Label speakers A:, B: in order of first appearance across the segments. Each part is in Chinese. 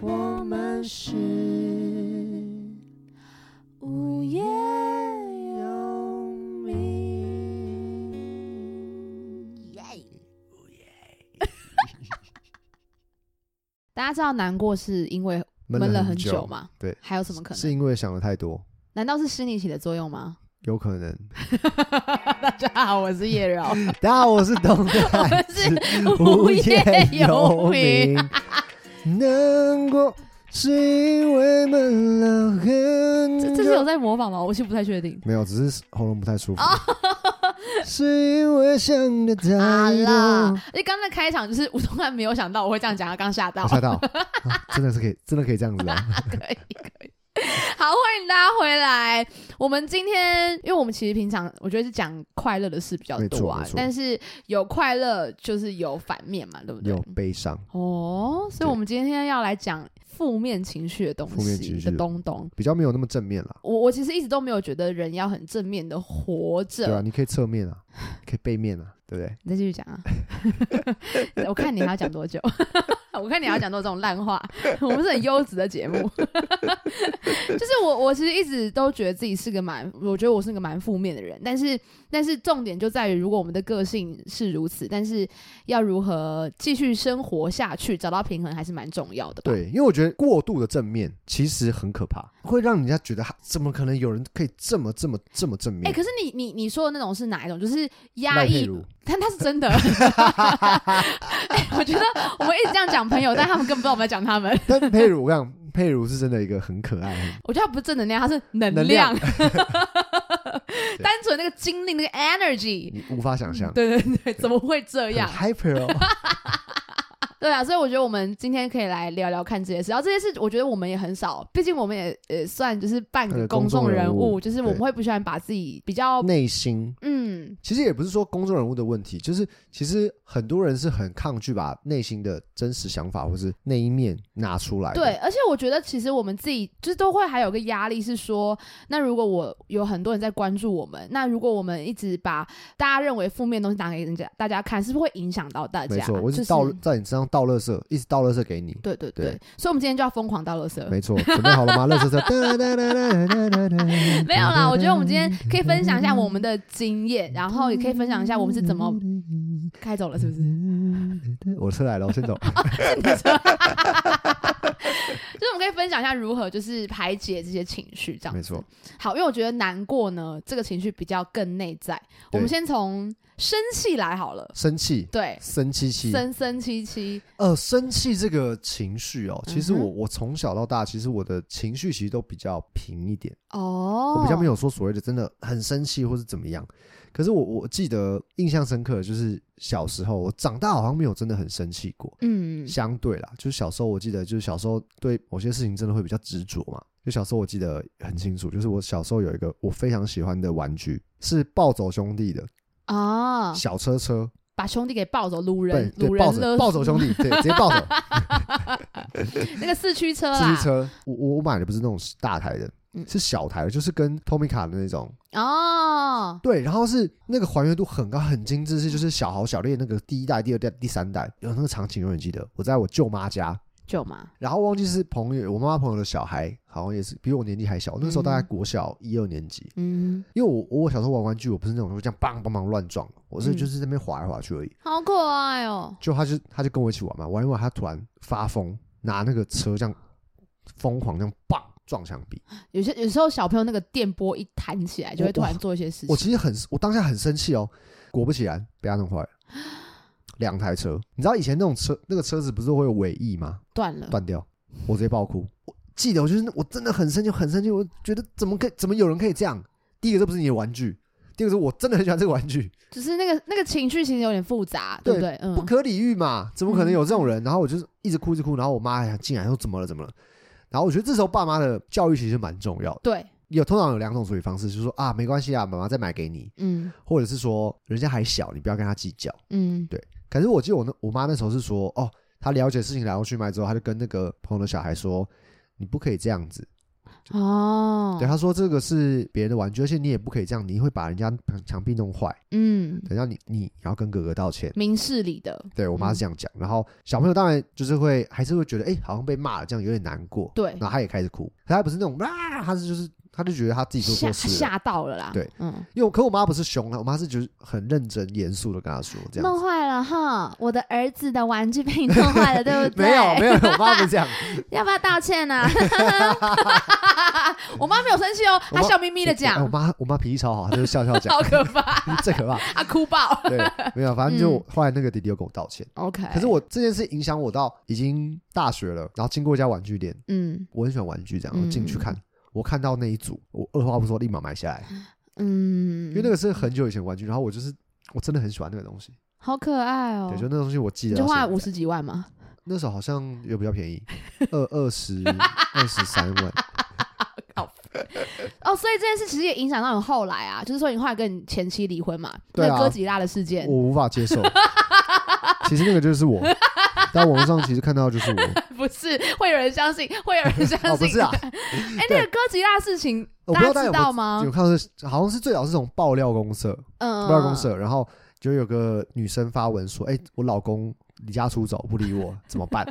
A: 我们是无业游民。
B: 大家知道难过是因为
C: 闷
B: 闷了
C: 很
B: 很久嘛？
C: 对，
B: 还有什么可
C: 是
B: 能？
C: 因为想的太多，
B: 难道是生理期的作用吗？
C: 有可能。
B: 大家好，我是叶柔。
C: 大家好，我是 董太子，
B: 我们是无业游民。
C: 难过是因为闷了很
B: 嗯
C: 久，
D: 这这是有在模仿吗？我其实不太确定。
C: 没有，只是喉咙不太舒服， 是因为想的太多。，
B: 你刚才开场就是吴东汉没有想到我会这样讲，他刚吓到
C: 我。吓到、啊真的是可以，真的可以这样子啊！
B: 可以可以。好，欢迎大家回来。我们今天，因为我们其实平常我觉得是讲快乐的事比较
C: 没
B: 多
C: 错
B: 啊
C: 没，错
B: 但是有快乐就是有反面嘛，对不对
C: 有？悲伤，
B: 哦，所以
C: 对
B: 我们今天要来讲负面情绪的东
C: 负面情
B: 西
C: 绪
B: 的东东。
C: 比较没有那么正面啦。
B: 我我其实一直都没有觉得人要很正面的活
C: 对啊，
B: 着。
C: 你可以侧面啊，可以背面啊，对不对？
B: 你再继续讲啊！ 我看你还要讲多久？ 我看你还要讲多这种烂话。我们是很优质的节目， 就是我我其实一直都觉得自己是个蛮，我觉得我是个蛮负面的人。但是但是重点就在于，如果我们的个性是如此，但是要如何继续生活下去，找到平衡还是蛮重要的吧。
C: 对，因为我觉得过度的正面其实很可怕，会让人家觉得哈怎么可能有人可以这么这么这么正面？
B: 哎、可是你你你说的那种是哪一种？就是压
C: 赖佩
B: 抑
C: 如，
B: 但他是真的。 哎我觉得我们一直这样讲朋友，但他们根本不知道我们在讲他们。
C: 但是佩如，我跟你讲，佩如是真的一个很可爱， 很
B: 我觉得他不是正能量，他是能
C: 能
B: 量，
C: 量
B: 单纯那个精力、那个 energy。
C: 你无法想象，
B: 嗯对对对，怎么会这
C: 很
B: 样？
C: hyper 哦。
B: 对啊，所以我觉得我们今天可以来聊聊看这些事。然后这些事，我觉得我们也很少，毕竟我们也呃算就是半个
C: 呃
B: 公
C: 公众
B: 众人
C: 人
B: 物，
C: 物
B: 就是我们
C: 对
B: 会不喜欢把自己比较
C: 内心
B: 嗯
C: 其实也不是说公众人物的问题，就是其实很多人是很抗拒把内心的真实想法或是那一面拿出来的。
B: 对，而且我觉得其实我们自己就是都会还有个压力，是说，那如果我有很多人在关注我们，那如果我们一直把大家认为负面的东西拿给人家大家看，是不是会影响到大家？
C: 没错，我一
B: 就
C: 直
B: 是
C: 倒、在你身上倒垃圾，一直倒垃圾给你。
B: 对对对，
C: 对
B: 所以我们今天就要疯狂倒垃圾。
C: 没错，准备好了吗？垃圾车。哒哒哒哒哒哒哒
B: 没有啦，嗯我觉得我们今天可以分享一下我们的经验，然后也可以分享一下我们是怎么开走了，是不是？嗯
C: 我车来了，我 先走。
B: 就是我们可以分享一下如何就是排解这些情绪，这样
C: 没
B: 子
C: 错。
B: 好，因为我觉得难过呢，这个情绪比较更内在。我们
C: 对
B: 先从生气来好了，
C: 生气，
B: 对，
C: 生气气。
B: 生生气气，
C: 呃，生气这个情绪哦，其实
B: 嗯哼
C: 我、我从小到大，其实我的情绪其实都比较平一点。
B: 哦，
C: 我比较没有说所谓的真的很生气或是怎么样。可是我我记得印象深刻，的就是小时候我长大好像没有真的很生气过。
B: 嗯，
C: 相对啦，就是小时候我记得，就是小时候对某些事情真的会比较执着嘛。就小时候我记得很清楚，就是我小时候有一个我非常喜欢的玩具，是暴走兄弟的
B: 啊，
C: 小车车，
B: 把兄弟给抱走，掳
C: 对
B: 人
C: 对
B: 掳，
C: 暴
B: 人
C: 走
B: 勒
C: 暴走兄弟，对，直接暴走
B: 那个四驱车
C: 四
B: 啦
C: 驱，车。我我我买的不是那种大台的
B: 嗯，
C: 是小台的，就是跟 Tomica 的那种
B: 哦，
C: 对，然后是那个还原度很高，很精
B: 嗯
C: 致，是就是小豪小烈那个第一代、第二代、第三代，有那个场景永远记得。我在我舅妈家，
B: 舅妈，
C: 然后忘记是朋友，我妈妈朋友的小孩，好像也是比我年纪还小，那时候大概
B: 嗯
C: 国小一二年级。
B: 嗯，
C: 因为我我小时候玩玩具，我不是那种会这样棒棒棒乱撞，我是
B: 嗯
C: 就是在那边滑来滑去而已。
B: 好可爱哦，
C: 就他就他就跟我一起玩嘛，玩一玩他突然发疯，拿那个车这样疯狂这样棒撞墙壁。
B: 有些有时候小朋友那个电波一弹起来，就会
C: 我
B: 突然做一些事
C: 我
B: 情，
C: 其实很，我当下很生气哦。果不其然，被他弄坏了。两台车，你知道以前那种车，那个车子不是会有尾翼吗？
B: 断了，
C: 断掉，我直接爆哭。我记得，我就是我真的很生气，很生气，我觉得怎么可以，怎么有人可以这样？第一个，这不是你的玩具；第二个是我真的很喜欢这个玩具，
B: 只是那个那个情绪其实有点复杂，对不对？
C: 不
B: 嗯，
C: 可理喻嘛，怎么可能有这种人？然后我就是一直哭，一直哭，然后我妈还进来说怎么了，怎么了？然后我觉得这时候爸妈的教育其实蛮重要的，
B: 对，
C: 有通常有两种处理方式，就是说啊没关系啊，妈妈再买给你，
B: 嗯
C: 或者是说人家还小，你不要跟他计较。
B: 嗯，
C: 可是我记得我那我妈那时候是说，哦，她了解事情来龙去脉之后，她就跟那个朋友的小孩说，你不可以这样子，
B: 哦，
C: 对，他说这个是别人的玩具，而且你也不可以这样，你会把人家墙墙壁弄坏。
B: 嗯，
C: 等一下你你你要跟哥哥道歉。
B: 明事理的，
C: 对我妈
B: 嗯
C: 是这样讲，然后小朋友当然就是会还是会觉得，哎、好像被骂了，这样有点难过。
B: 对
C: 然后他也开始哭，可他不是那种啊，他是就是他就觉得他自己做
B: 吓
C: 错事了。
B: 吓到了啦。
C: 对，
B: 嗯，
C: 因为我可我妈不是凶啊，我妈是就是很认真严肃的跟他说这样
B: 弄
C: 子。
B: 坏了哈，我的儿子的玩具被你弄坏了，对不 对？
C: 没有没有，我妈不是这样，
B: 要不要道歉呢、 我妈没有生气哦，
C: 我
B: 她
C: 妈
B: 笑眯眯的
C: 哎我
B: 讲，
C: 妈我妈脾气超好，她就笑笑讲
B: 好，嗯可怕，
C: 这可怕。
B: 她哭爆。
C: 对，没有，反正就后来那个弟弟又跟我道歉。
B: OK，
C: 可是我这件事影响我到已经大学了，然后经过一家玩具店，
B: 嗯
C: 我很喜欢玩具，这样
B: 嗯
C: 我进去看，我看到那一组，我二话不说立马买下来，
B: 嗯，
C: 因为那个是很久以前的玩具，然后我就是我真的很喜欢那个东西，
B: 好可爱哦
C: 对，，就那个东西我记
B: 你
C: 得
B: 就
C: 到现在。
B: 花了五十几万嘛，
C: 那时候好像有比较便宜，二二 十二十三万，
B: 哦，所以这件事其实也影响到你后来啊，就是说你后来跟你前妻离婚嘛，
C: 对啊
B: 那哥吉拉的事件
C: 我无法接 受。其实那个就是我，但网上其实看到就是我，
B: 不是会有人相信，会有人相信，
C: 哦不是啊，
B: 哎、那个哥吉拉的事情，
C: 我不
B: 大
C: 知道
B: 家
C: 大家
B: 知
C: 有没
B: 道
C: 有
B: 吗？
C: 有看到是好像是最早是从爆料公社，
B: 嗯，
C: 爆料公社，然后就有个女生发文说：“哎，我老公离家出走，不理我，怎么办？”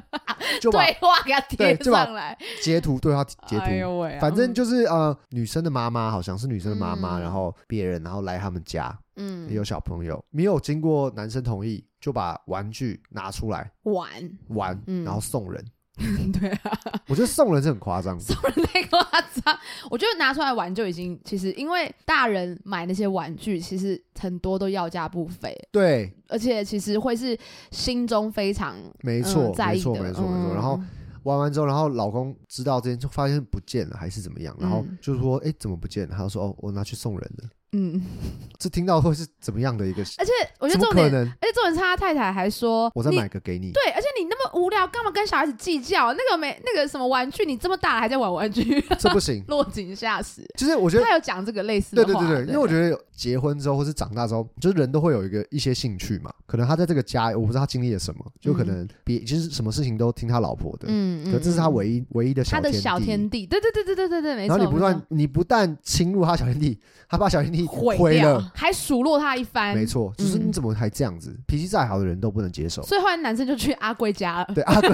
C: 就把
B: 对话给它贴
C: 对就把
B: 上来，
C: 截图对话截
B: 哎
C: 图，
B: 呦喂啊、
C: 反正就是呃，女生的妈妈好像是女生的妈妈，
B: 嗯
C: 然后别人然后来他们家
B: 嗯
C: 也有小朋友，没有经过男生同意就把玩具拿出来
B: 玩，
C: 玩，
B: 嗯
C: 然后送人。
B: 对啊，
C: 我觉得送人是很夸张，
B: 送人太夸张。我觉得拿出来玩就已经，其实因为大人买那些玩具，其实很多都要价不菲，
C: 对，
B: 而且其实会是心中非常
C: 没
B: 没
C: 错，
B: 嗯在
C: 没
B: 意的，
C: 错，没错，没错。
B: 嗯
C: 然后玩完之后，然后老公知道这件，就发现不见了还是怎么样，然后
B: 嗯
C: 就说：“哎，怎么不见了？”他说：“哦，我拿去送人了。
B: 嗯，”
C: 这听到会是怎么样的一个？
B: 而且我觉
C: 怎
B: 得
C: 么
B: 重
C: 可
B: 点，
C: 能？
B: 而且重点是他太太还说，
C: 我再
B: 你
C: 买个给你。
B: 对，而且你那么无聊，干嘛跟小孩子计较？那个没那个什么玩具，你这么大了还在玩玩具，。
C: 这不行
B: 落井下石。
C: 就是我觉得，
B: 他有讲这个类似的
C: 对
B: 话，
C: 对对对，因为我
B: 得
C: 觉得结婚之后或是长大之后，就是人都会有一个一些兴趣嘛。可能他在这个家，我不知道他经历了什么，就可能别就是什么事情都听他老婆的。
B: 嗯
C: 可这是他唯
B: 一
C: 一唯一的小
B: 他的小
C: 地。
B: 天地，对对对对对对对，没
C: 然
B: 错。
C: 后你不
B: 没
C: 断
B: 错
C: 你不但侵入他小天地，他把小天地
B: 毁
C: 毁
B: 掉
C: 了，，
B: 还数落他一番，
C: 没。错，就是
B: 嗯
C: 你怎么还这样子？脾气再好的人都不能接受。
B: 所以后来男生就去阿贵家了，
C: 对阿贵，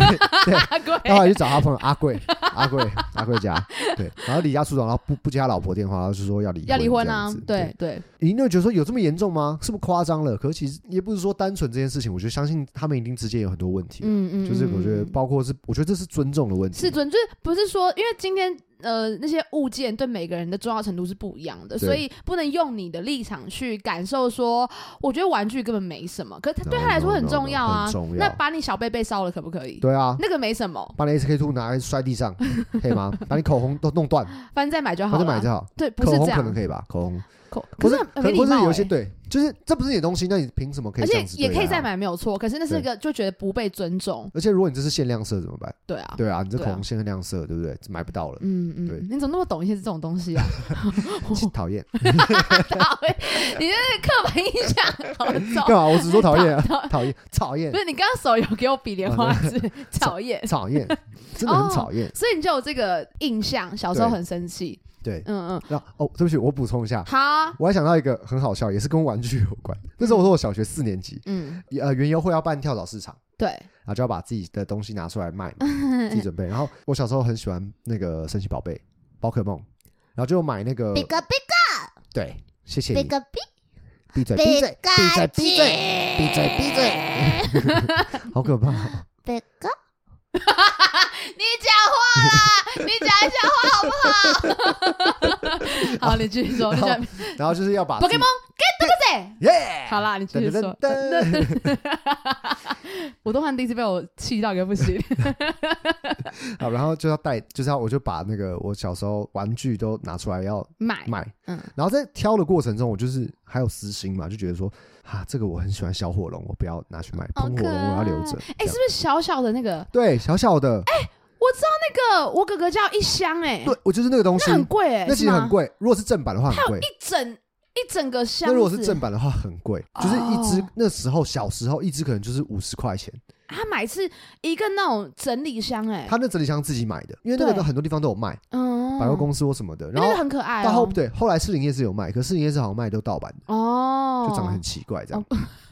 C: 对，
B: 阿贵
C: 然后来去找他朋友阿贵，阿贵，阿贵家，对，然后离家出走，然后不不接他老婆电话，然后就说要离
B: 要离婚
C: 这样
B: 啊
C: 子，对
B: 对对，
C: 你那觉得说有这么严重吗？是不是夸张了？可是其实也不是说单纯这件事情，我觉得相信他们一定之间有很多问题，
B: 嗯嗯，
C: 就是我觉得
B: 嗯
C: 包括是，我觉得这是尊重的问题，
B: 是准，就是不是说，因为今天呃那些物件对每个人的重要程度是不一样的，
C: 对
B: 所以不能用你的立场去感受说，我觉得玩具根本没什么，可是它
C: No,
B: 对他来说
C: no,
B: 很
C: no,
B: 重要
C: no,
B: 啊。
C: 很重
B: 那
C: 要
B: 把你小贝贝烧了可不可以？
C: 对啊，
B: 那个没什么，
C: 把你 SK two 拿来摔地 上可以吗？把你口红都弄断，
B: 反正再买就
C: 或
B: 好
C: 者
B: 了。啊
C: 买就好。
B: 对，不
C: 口
B: 是
C: 红
B: 这
C: 可能
B: 样。
C: 可以吧？口红，
B: 口
C: 或
B: 可
C: 是
B: 是
C: 可
B: 很没礼
C: 或是
B: 貌、
C: 有一些
B: 欸。
C: 对，就是这不是你的东西，那你凭什么可以
B: 而
C: 这
B: 且
C: 样子对
B: 也
C: 待
B: 可以
C: 它
B: 再。买没有错，可是那是
C: 对
B: 一个就觉得不被尊重，
C: 而且如果你这是限量色怎么办？
B: 对啊，
C: 对啊，你这
B: 对
C: 口
B: 啊
C: 红限量色，对不对？买不到了，
B: 嗯
C: 对
B: 嗯，你怎么那么懂一些这种东西啊？
C: 讨厌。
B: 讨厌， 你这是刻板印象 好重
C: 干。嘛？我只说讨厌啊，
B: 哦 讨
C: 讨厌，讨厌
B: 不，是你刚刚手有给我比莲花指，
C: 哦
B: 讨厌。
C: 讨厌，真的很
B: 哦
C: 讨厌。
B: 所以你就有这个印象，小时候
C: 对
B: 很生气。
C: 对，
B: 嗯嗯，
C: 那哦，对不起，我补充一下，
B: 好啊，
C: 我还想到一个很好笑，也是跟玩具有关。那时候我说我小学四年级，
B: 嗯，
C: 呃，园游会要办跳蚤市场，
B: 对，
C: 然后就要把自己的东西拿出来卖嘛，自己准备。然后我小时候很喜欢那个神奇宝贝、宝可梦，然后就买那个
A: Big up,
C: 对，谢谢
A: big
C: 你，
A: up,
C: 闭嘴，闭
A: big
C: 嘴
A: up,，
C: 闭嘴，闭嘴，闭嘴，闭嘴， 好可怕。哦
A: big up,
B: 你讲话啦，你讲一下话好 不好？好，你继续说，你
C: 哦好
B: 讲
C: 然后就是要把
B: p o k e m o 对，
C: 耶，
B: 好啦，你继续说。我都换第一次被我气到一个不行。
C: 好，然后就要带，就是要我就把那个我小时候玩具都拿出来要
B: 买，
C: 卖，
B: 嗯
C: 然后在挑的过程中，我就是还有私心嘛，就觉得说啊，这个我很喜欢小火龙，我不要拿去卖，
B: 好
C: 喷火龙我要留着
B: 可。
C: 这
B: 哎，
C: 样
B: 是不是哎小小的那个？
C: 对，小小的，
B: 那个我哥哥叫一箱，哎，
C: 对我就是那个东西
B: 那，很贵，哎，
C: 那其实
B: 是吗
C: 很，贵。如果是正版的话很贵，
B: 一整一整个箱
C: 那
B: 子。
C: 如果是正版的话很贵，就是一只
B: 哦
C: 那时候小时候一只可能就是五十块钱，
B: 他买是一个那种整理箱、哎，
C: 他那整理箱自己买的，因为那个
B: 对
C: 很多地方都有卖，
B: 嗯，
C: 百货公司或什么的。然
B: 那
C: 后
B: 个很可爱、哦。
C: 到后对，后来士林夜市有卖，可士林夜市好像卖都盗版的，
B: 哦，
C: 就长得很奇怪这样，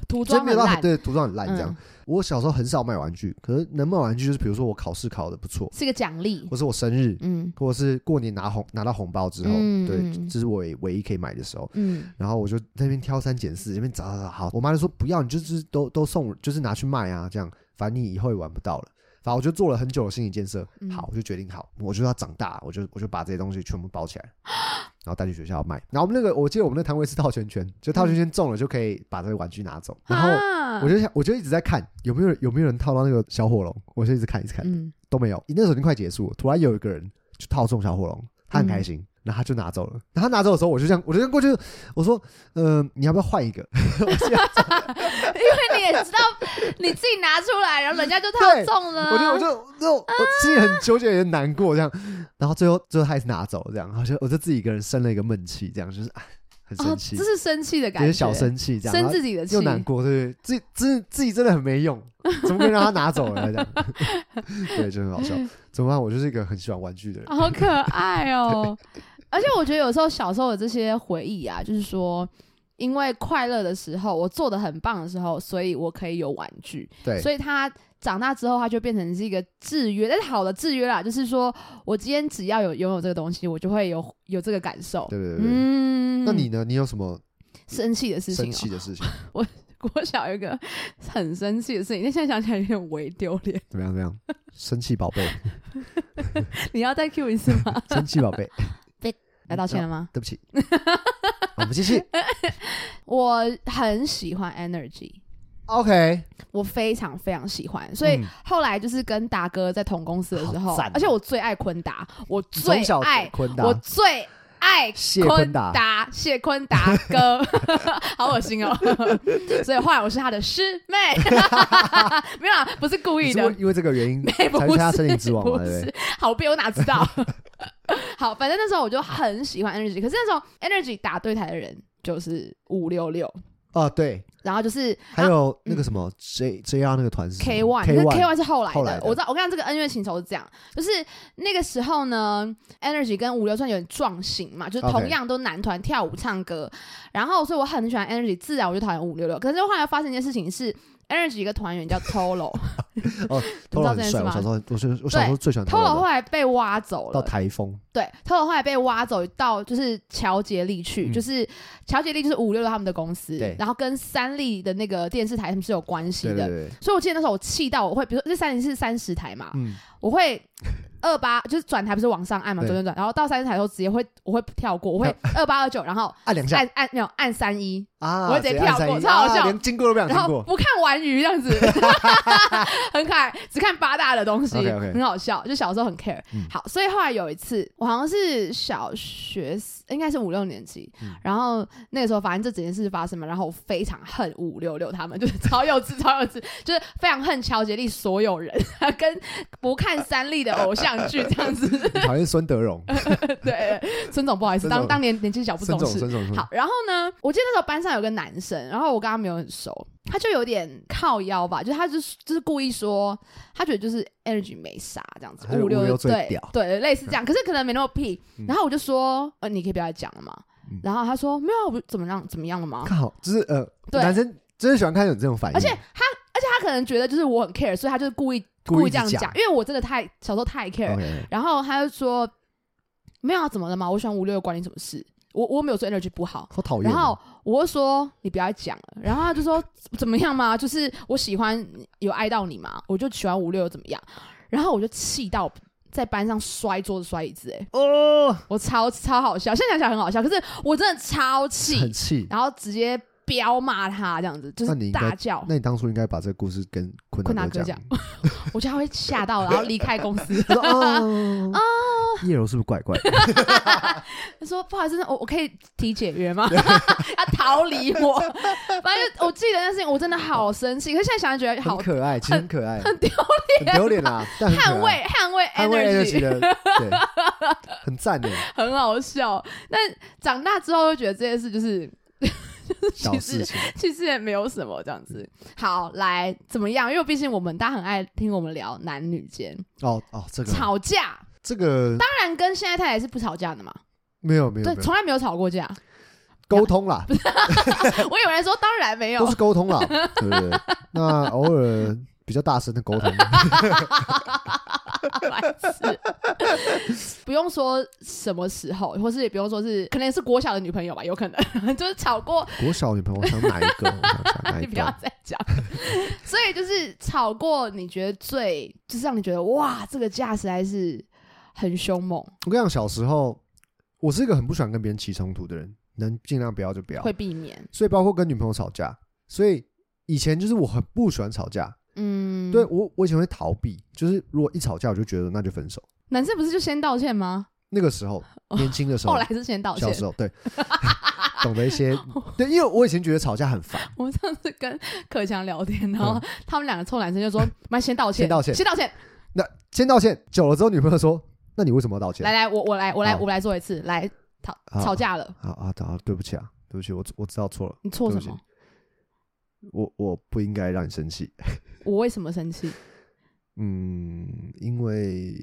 B: 涂
C: 所以
B: 装
C: 没有办
B: 很烂
C: 法，对涂装很烂这样
B: 嗯。
C: 我小时候很少卖玩具，可是能卖玩具就是比如说我考试考的不错，
B: 是个奖励。
C: 或是我生日，
B: 嗯
C: 或者是过年拿红拿到红包之后，
B: 嗯
C: 对，
B: 嗯
C: 这是我唯唯一可以买的时候。
B: 嗯，
C: 然后我就在那边挑三拣四，那边找找找，好，我妈就说不要，你就是都都送，就是拿去卖啊，这样，反正你以后也玩不到了。反正我就做了很久的心理建设，
B: 嗯
C: 好，我就决定好，我就要长大，我就我就把这些东西全部包起来，然后带去学校卖。然后我们那个，我记得我们那摊位是套圈圈，就套圈圈中了就可以把这个玩具拿走。然后
B: 啊
C: 我就想，我就一直在看有没有人有没有人套到那个小火龙，我就一直看一直看，
B: 嗯，
C: 都没有。那时候已经快结束了，突然有一个人就套中小火龙，他很开
B: 嗯
C: 心，然后他就拿走了。然后他拿走的时候，我就这样，我就这样过去，我说：“呃，你要不要换一个？”我现在
B: 那你也知道你自己拿出来，然后人家就套
C: 对
B: 中了啊、
C: 我就我就我我心里很纠结，有点难过这样。然后最后最后他还是拿走了这样，然后就我就自己一个人生了一个闷气，这样就是啊很生
B: 哦，
C: 气，
B: 这是生气的
C: 有
B: 感觉，
C: 点小生气这样，然
B: 生
C: 后
B: 自己的气
C: 又，难过，对不对？自己自自己真的很没 用，怎么可以让他拿走了这样？ 对，就很 好笑。怎么办？我就是一个很喜欢玩具的人。
B: 哦好可爱 哦、而且我觉得有时候小时候的这些回忆啊，就是说。因为快乐的时候，我做的很棒的时候，所以我可以有玩具。
C: 对，
B: 所以他长大之后，他就变成是一个制约，但是好的制约啦，就是说我今天只要有拥有这个东西，我就会有有这个感受。
C: 对对对对
B: 嗯
C: 那你呢？你有什么
B: 生气的事
C: 生
B: 情、
C: 气
B: 哦，
C: 的事情？
B: 国小有一个很生气的事情，但现在想起来有点微丢脸。
C: 怎么样？怎么样？生气宝贝，
B: 你要再 Q 一次 吗？
C: 生气宝贝，
B: 来道歉了吗？
C: 对不 起。好我们继续。
B: 我很喜欢 Energy，
C: OK，
B: 我非常非常喜欢，所以
C: 嗯
B: 后来就是跟达哥在同公司的时候
C: 好，赞哦
B: 而且我最爱昆达，我 最
C: 从小
B: 爱，
C: 昆达，
B: 我最爱
C: 谢昆达
B: 达，谢昆达哥， 好恶 心哦！所以后来我是他的师妹，没有啦，啊不是故
C: 你
B: 意
C: 是
B: 的，
C: 因为这个原因
B: 没不
C: 才参加
B: 是
C: 森林之王嘛，
B: 不
C: 对不
B: 是
C: 对？，
B: 好变我哪知道？ 好，反正那时候我就很喜欢 Energy，可是那时候 Energy 打对台的人就是五六六，
C: 哦，对，
B: 然后就是
C: 还有那个什么 J J R 那个团是
B: 啊嗯 K
C: One K
B: One，那 K
C: One
B: One 是后来
C: 后来
B: 的
C: 的。
B: 我知道，我跟你讲，这个恩怨情仇是这样，就是那个时候呢，Energy 跟五六算有点撞型嘛，就是
C: OK
B: 同样都男团跳舞唱歌，然后所以我很喜欢 Energy，自然我就讨厌五六六。可是后来发生一件事情是，Energy 一个团员叫 Tolo，Tolo
C: 偷哦了很
B: 你知道这件事
C: 帅，我
B: 吗
C: 小时候我是我小时候最喜欢偷
B: 后
C: 了
B: 来被挖走
C: 到
B: 了，
C: 台风，
B: 对，Tolo 后来被挖走到就是乔杰利去，
C: 嗯
B: 就是乔杰利就是五六六他们的公司
C: 对，
B: 然后跟三立的那个电视台他们是有关系
C: 对对
B: 的。
C: 对，对
B: 所以我记得那时候我气到我会，比如说这三零是三十台嘛，
C: 嗯，
B: 我会二八 就是转台不是往上按嘛，
C: 对
B: 左转转，然后到三十台的时候直接会我会跳过，我会二八二九，然后
C: 按两下
B: 按按没有按三一，
C: 啊，
B: 我会直接
C: 按
B: 跳
C: 三
B: 过
C: 一
B: 超好
C: 啊
B: 笑
C: 连经过都不想
B: 然
C: 经
B: 后
C: 过。
B: 不看完鱼这 样子，很可爱，只看八大的东西
C: OK，OK
B: 很好笑，就小时候很 care、
C: 嗯
B: 好，所以后来有一次，我好像是小学，应该是五六年级，
C: 嗯
B: 然后那个时候反正这几件事发生嘛，然后我非常恨五六六他们， 就是超幼稚，超幼稚，就是非常恨乔杰利所有人， 跟不看三立的偶像剧这样子。
C: 你讨厌孙德荣，
B: 对，孙总不好意思，
C: 孙总
B: 当当年年纪 小不
C: 孙
B: 懂
C: 总，
B: 事。
C: 孙总，孙总
B: 好，然后呢，我记得那时候班上有个男生，然后我跟他没有很熟，他就有点靠腰吧，就是他就是就是故意说，他觉得就是 energy 没啥这样子
C: 他觉，得
B: 五
C: 56
B: 六
C: 最
B: 对
C: 屌
B: 对类似 这样，可是可能没那么屁
C: 嗯。
B: 然后我就说，呃，你可以不要再讲了嘛
C: 嗯。
B: 然后他说没有啊，我怎么样怎么样 了吗？
C: 看好，就是呃，
B: 对
C: 男生真的喜欢看有这种反应，
B: 而且他而且他可能觉得就是我很 care，所以他就是故意
C: 故
B: 故
C: 意
B: 意这样
C: 一直讲
B: 讲，因为我真的太小时候太 care，
C: OK，
B: 然后他就说没有、啊、怎么了嘛，我喜欢五六，关你什么事？我我没有说 energy 不好。
C: 好讨厌
B: 然
C: 哦。
B: 后我就说你不要再讲了，然后他就说怎么样嘛，就是我喜欢有爱到你嘛，我就喜欢五六怎么样？然后我就气到在班上摔桌子摔椅子、欸，
C: 哦，
B: 我超超好笑，现在想起来很好笑，可是我真的超
C: 很
B: 气，
C: 气。
B: 然后直接彪骂他这样子，就
C: 那你应
B: 是
C: 该
B: 大叫，
C: 那你当初应该把这个故事跟坤
B: 坤
C: 达
B: 达
C: 哥
B: 哥
C: 讲
B: 讲，我觉得他会吓到，然后离开公司。
C: 他说 哦哦，叶柔是不是怪怪的？
B: 他说：“不好意思，我我可以提解约吗？” 他逃离我，反正我记得那事情，我真的好生气。可是现在想想觉得
C: 很
B: 好
C: 可啊爱，其实很可爱，很
B: 丢
C: 脸，很丢脸 啦，但很可爱
B: 捍卫捍卫
C: 捍卫 energy
B: energy，
C: 的，对，很赞的
B: 很好笑。但长大之后就觉得这件事就是。
C: 小
B: 其
C: 事嗯
B: 实
C: 情。
B: 其实也没有什么这样子。好，来怎么样？因为毕竟我们大家很爱听我们聊男女间
C: 哦哦，这个
B: 吵架，
C: 这个
B: 当然跟现在太太是不吵架的嘛，
C: 没有没有
B: 对，
C: 没有
B: 从来没有吵 过架。
C: 沟通啦，
B: 我有人说当然没有啊
C: 都，是沟通 啦，对不对？那偶尔比较大声的沟 通，
B: 白痴 不用说什么时候，或是也不用说是，可能是国小的女朋友吧，有可能 就是吵过，
C: 国小女朋友我想哪一个？我想想哪一
B: 你不要
C: 个？
B: 再讲。 所以就是吵过，你觉得最就是让你觉得哇，这个架实在是很凶猛，
C: 我跟你讲，小时候我是一个很不喜欢跟别人起冲突的人，能尽量不要就不要
B: 会。避免。
C: 所以包括跟女朋友吵架，所以以前就是我很不喜欢吵架，
B: 嗯，
C: 对，我我以前会逃避，就是如果一吵架我就觉得那就 分手。
B: 男生不是就先道歉吗？
C: 那个时候年轻的时候
B: 后，来是先道歉
C: 小。时候对，懂得一些对，因为我以前觉得吵架很烦，
B: 我上次跟可强聊天，然后
C: 嗯
B: 他们两个臭男生 就说：“妈，先道歉，
C: 先道歉
B: 先道歉。
C: 那先道歉，久了之后女朋友说，那你为什么要道”歉
B: 来？来，我我来我来
C: 好
B: 我来做一次，来吵
C: 好
B: 吵架了，
C: 啊啊，啊对不起啊，对不起，我我知道错了，
B: 你错
C: 对
B: 什
C: 不
B: 么？
C: 我我不应该让你生气，
B: 我为什么生气？
C: 嗯，因为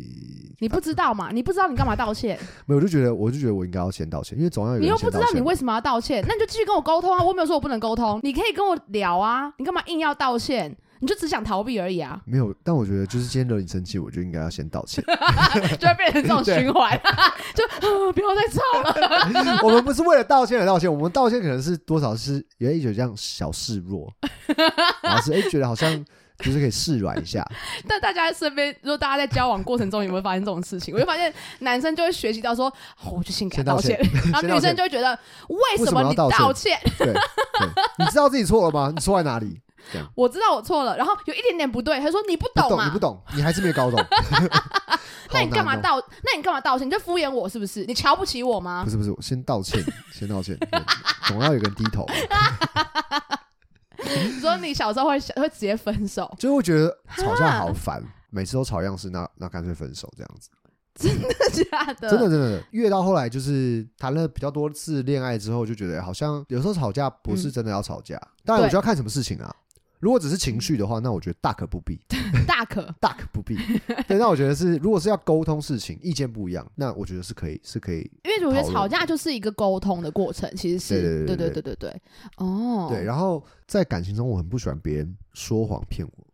B: 你不知道嘛？你不知道你干嘛道歉？
C: 没有，我就觉得我就觉得我应该要先道歉，因为总要有
B: 你又
C: 人先
B: 不知
C: 道
B: 道
C: 歉
B: 你
C: 嘛，
B: 为什么要道歉，那你就继续跟我沟通啊！我没有说我不能沟通，你可以跟我聊啊，你干嘛硬要道歉？你就只想逃避而已啊
C: 没有，但我觉得就是今天惹你生气，我就应该要先道歉。
B: 就会变成这种循环， 就、啊不要再吵了。
C: 我们不是为了道歉而道歉，我们道歉可能是多少是有一有这样小示弱，然后是哎、觉得好像就是可以示软一下，
B: 但大家身边，如果大家在交往过程中有没有发现这种事情？我就发现男生就会学习到说，哦我就先给他
C: 先
B: 道
C: 道
B: 歉， 然后
C: 先
B: 女
C: 道
B: 生
C: 歉
B: 就会觉得为什么你
C: 为什么要
B: 道
C: 道
B: 歉？
C: 对对，你知道自己错了吗？你错在哪里？
B: 我知道我错了，然后有一点点不对，他说你不
C: 不
B: 懂
C: 懂，
B: 嘛，
C: 你不懂，你还是没有搞懂。
B: 那你干嘛
C: 好难
B: 道？那你干嘛道歉？你就敷衍我是不是？你瞧不起我
C: 哦？
B: 吗
C: 不？是不是，我先道歉，先道歉，对总要有个人低头。
B: 你说你小时候会会直接分手，
C: 就会觉得吵架好烦，每次都吵样式，那那干脆分手这样子。
B: 假的？
C: 真的真的，越到后来就是谈了比较多次恋爱之后，就觉得好像有时候吵架不是真的要吵架，当然我
B: 嗯对
C: 就要看什么事情啊。如果只是情绪的话，那我觉得大可不必，
B: 大可
C: 大可不 必。对，那我觉得是，如果是要沟通事情，意见不一样，那我觉得是可以，是可以。
B: 因为我觉得
C: 讨论
B: 吵架就是一个沟通的过程，其实是对
C: 对对
B: 对对
C: 对
B: 对对，哦，
C: 对，然后在感情中，我很不喜欢别人说谎骗我，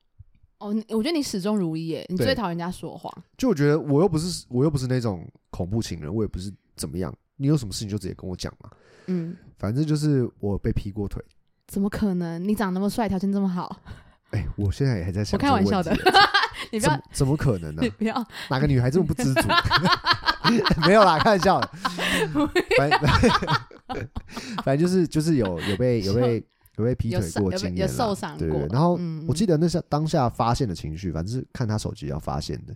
B: 哦，你我觉得你始终如一耶，你
C: 对
B: 最讨厌人家说谎，
C: 就我觉得我又不是我又不是那种恐怖情人，我也不是怎么样，你有什么事情就直接跟我讲嘛。
B: 嗯，
C: 反正就是我被劈过腿。
B: 怎么可能？你长那么帅，条件这么好，
C: 哎、我现在也还在想
B: 我
C: 这
B: 开
C: 个问
B: 玩
C: 题
B: 笑
C: 欸，
B: 的，你不
C: 怎
B: 要
C: 么怎么可 能呢、
B: 你 不要，
C: 哪个女孩这么不知足？ 没有啦，开玩笑的。反 正反正就是就是有有被有被有被劈
B: 有
C: 腿
B: 伤
C: 过
B: 有被
C: 经
B: 有
C: 验啦，
B: 受伤
C: 对
B: 过
C: 对对然后
B: 嗯
C: 我记得那下当下发现的情绪，反正是看他手机要发现的。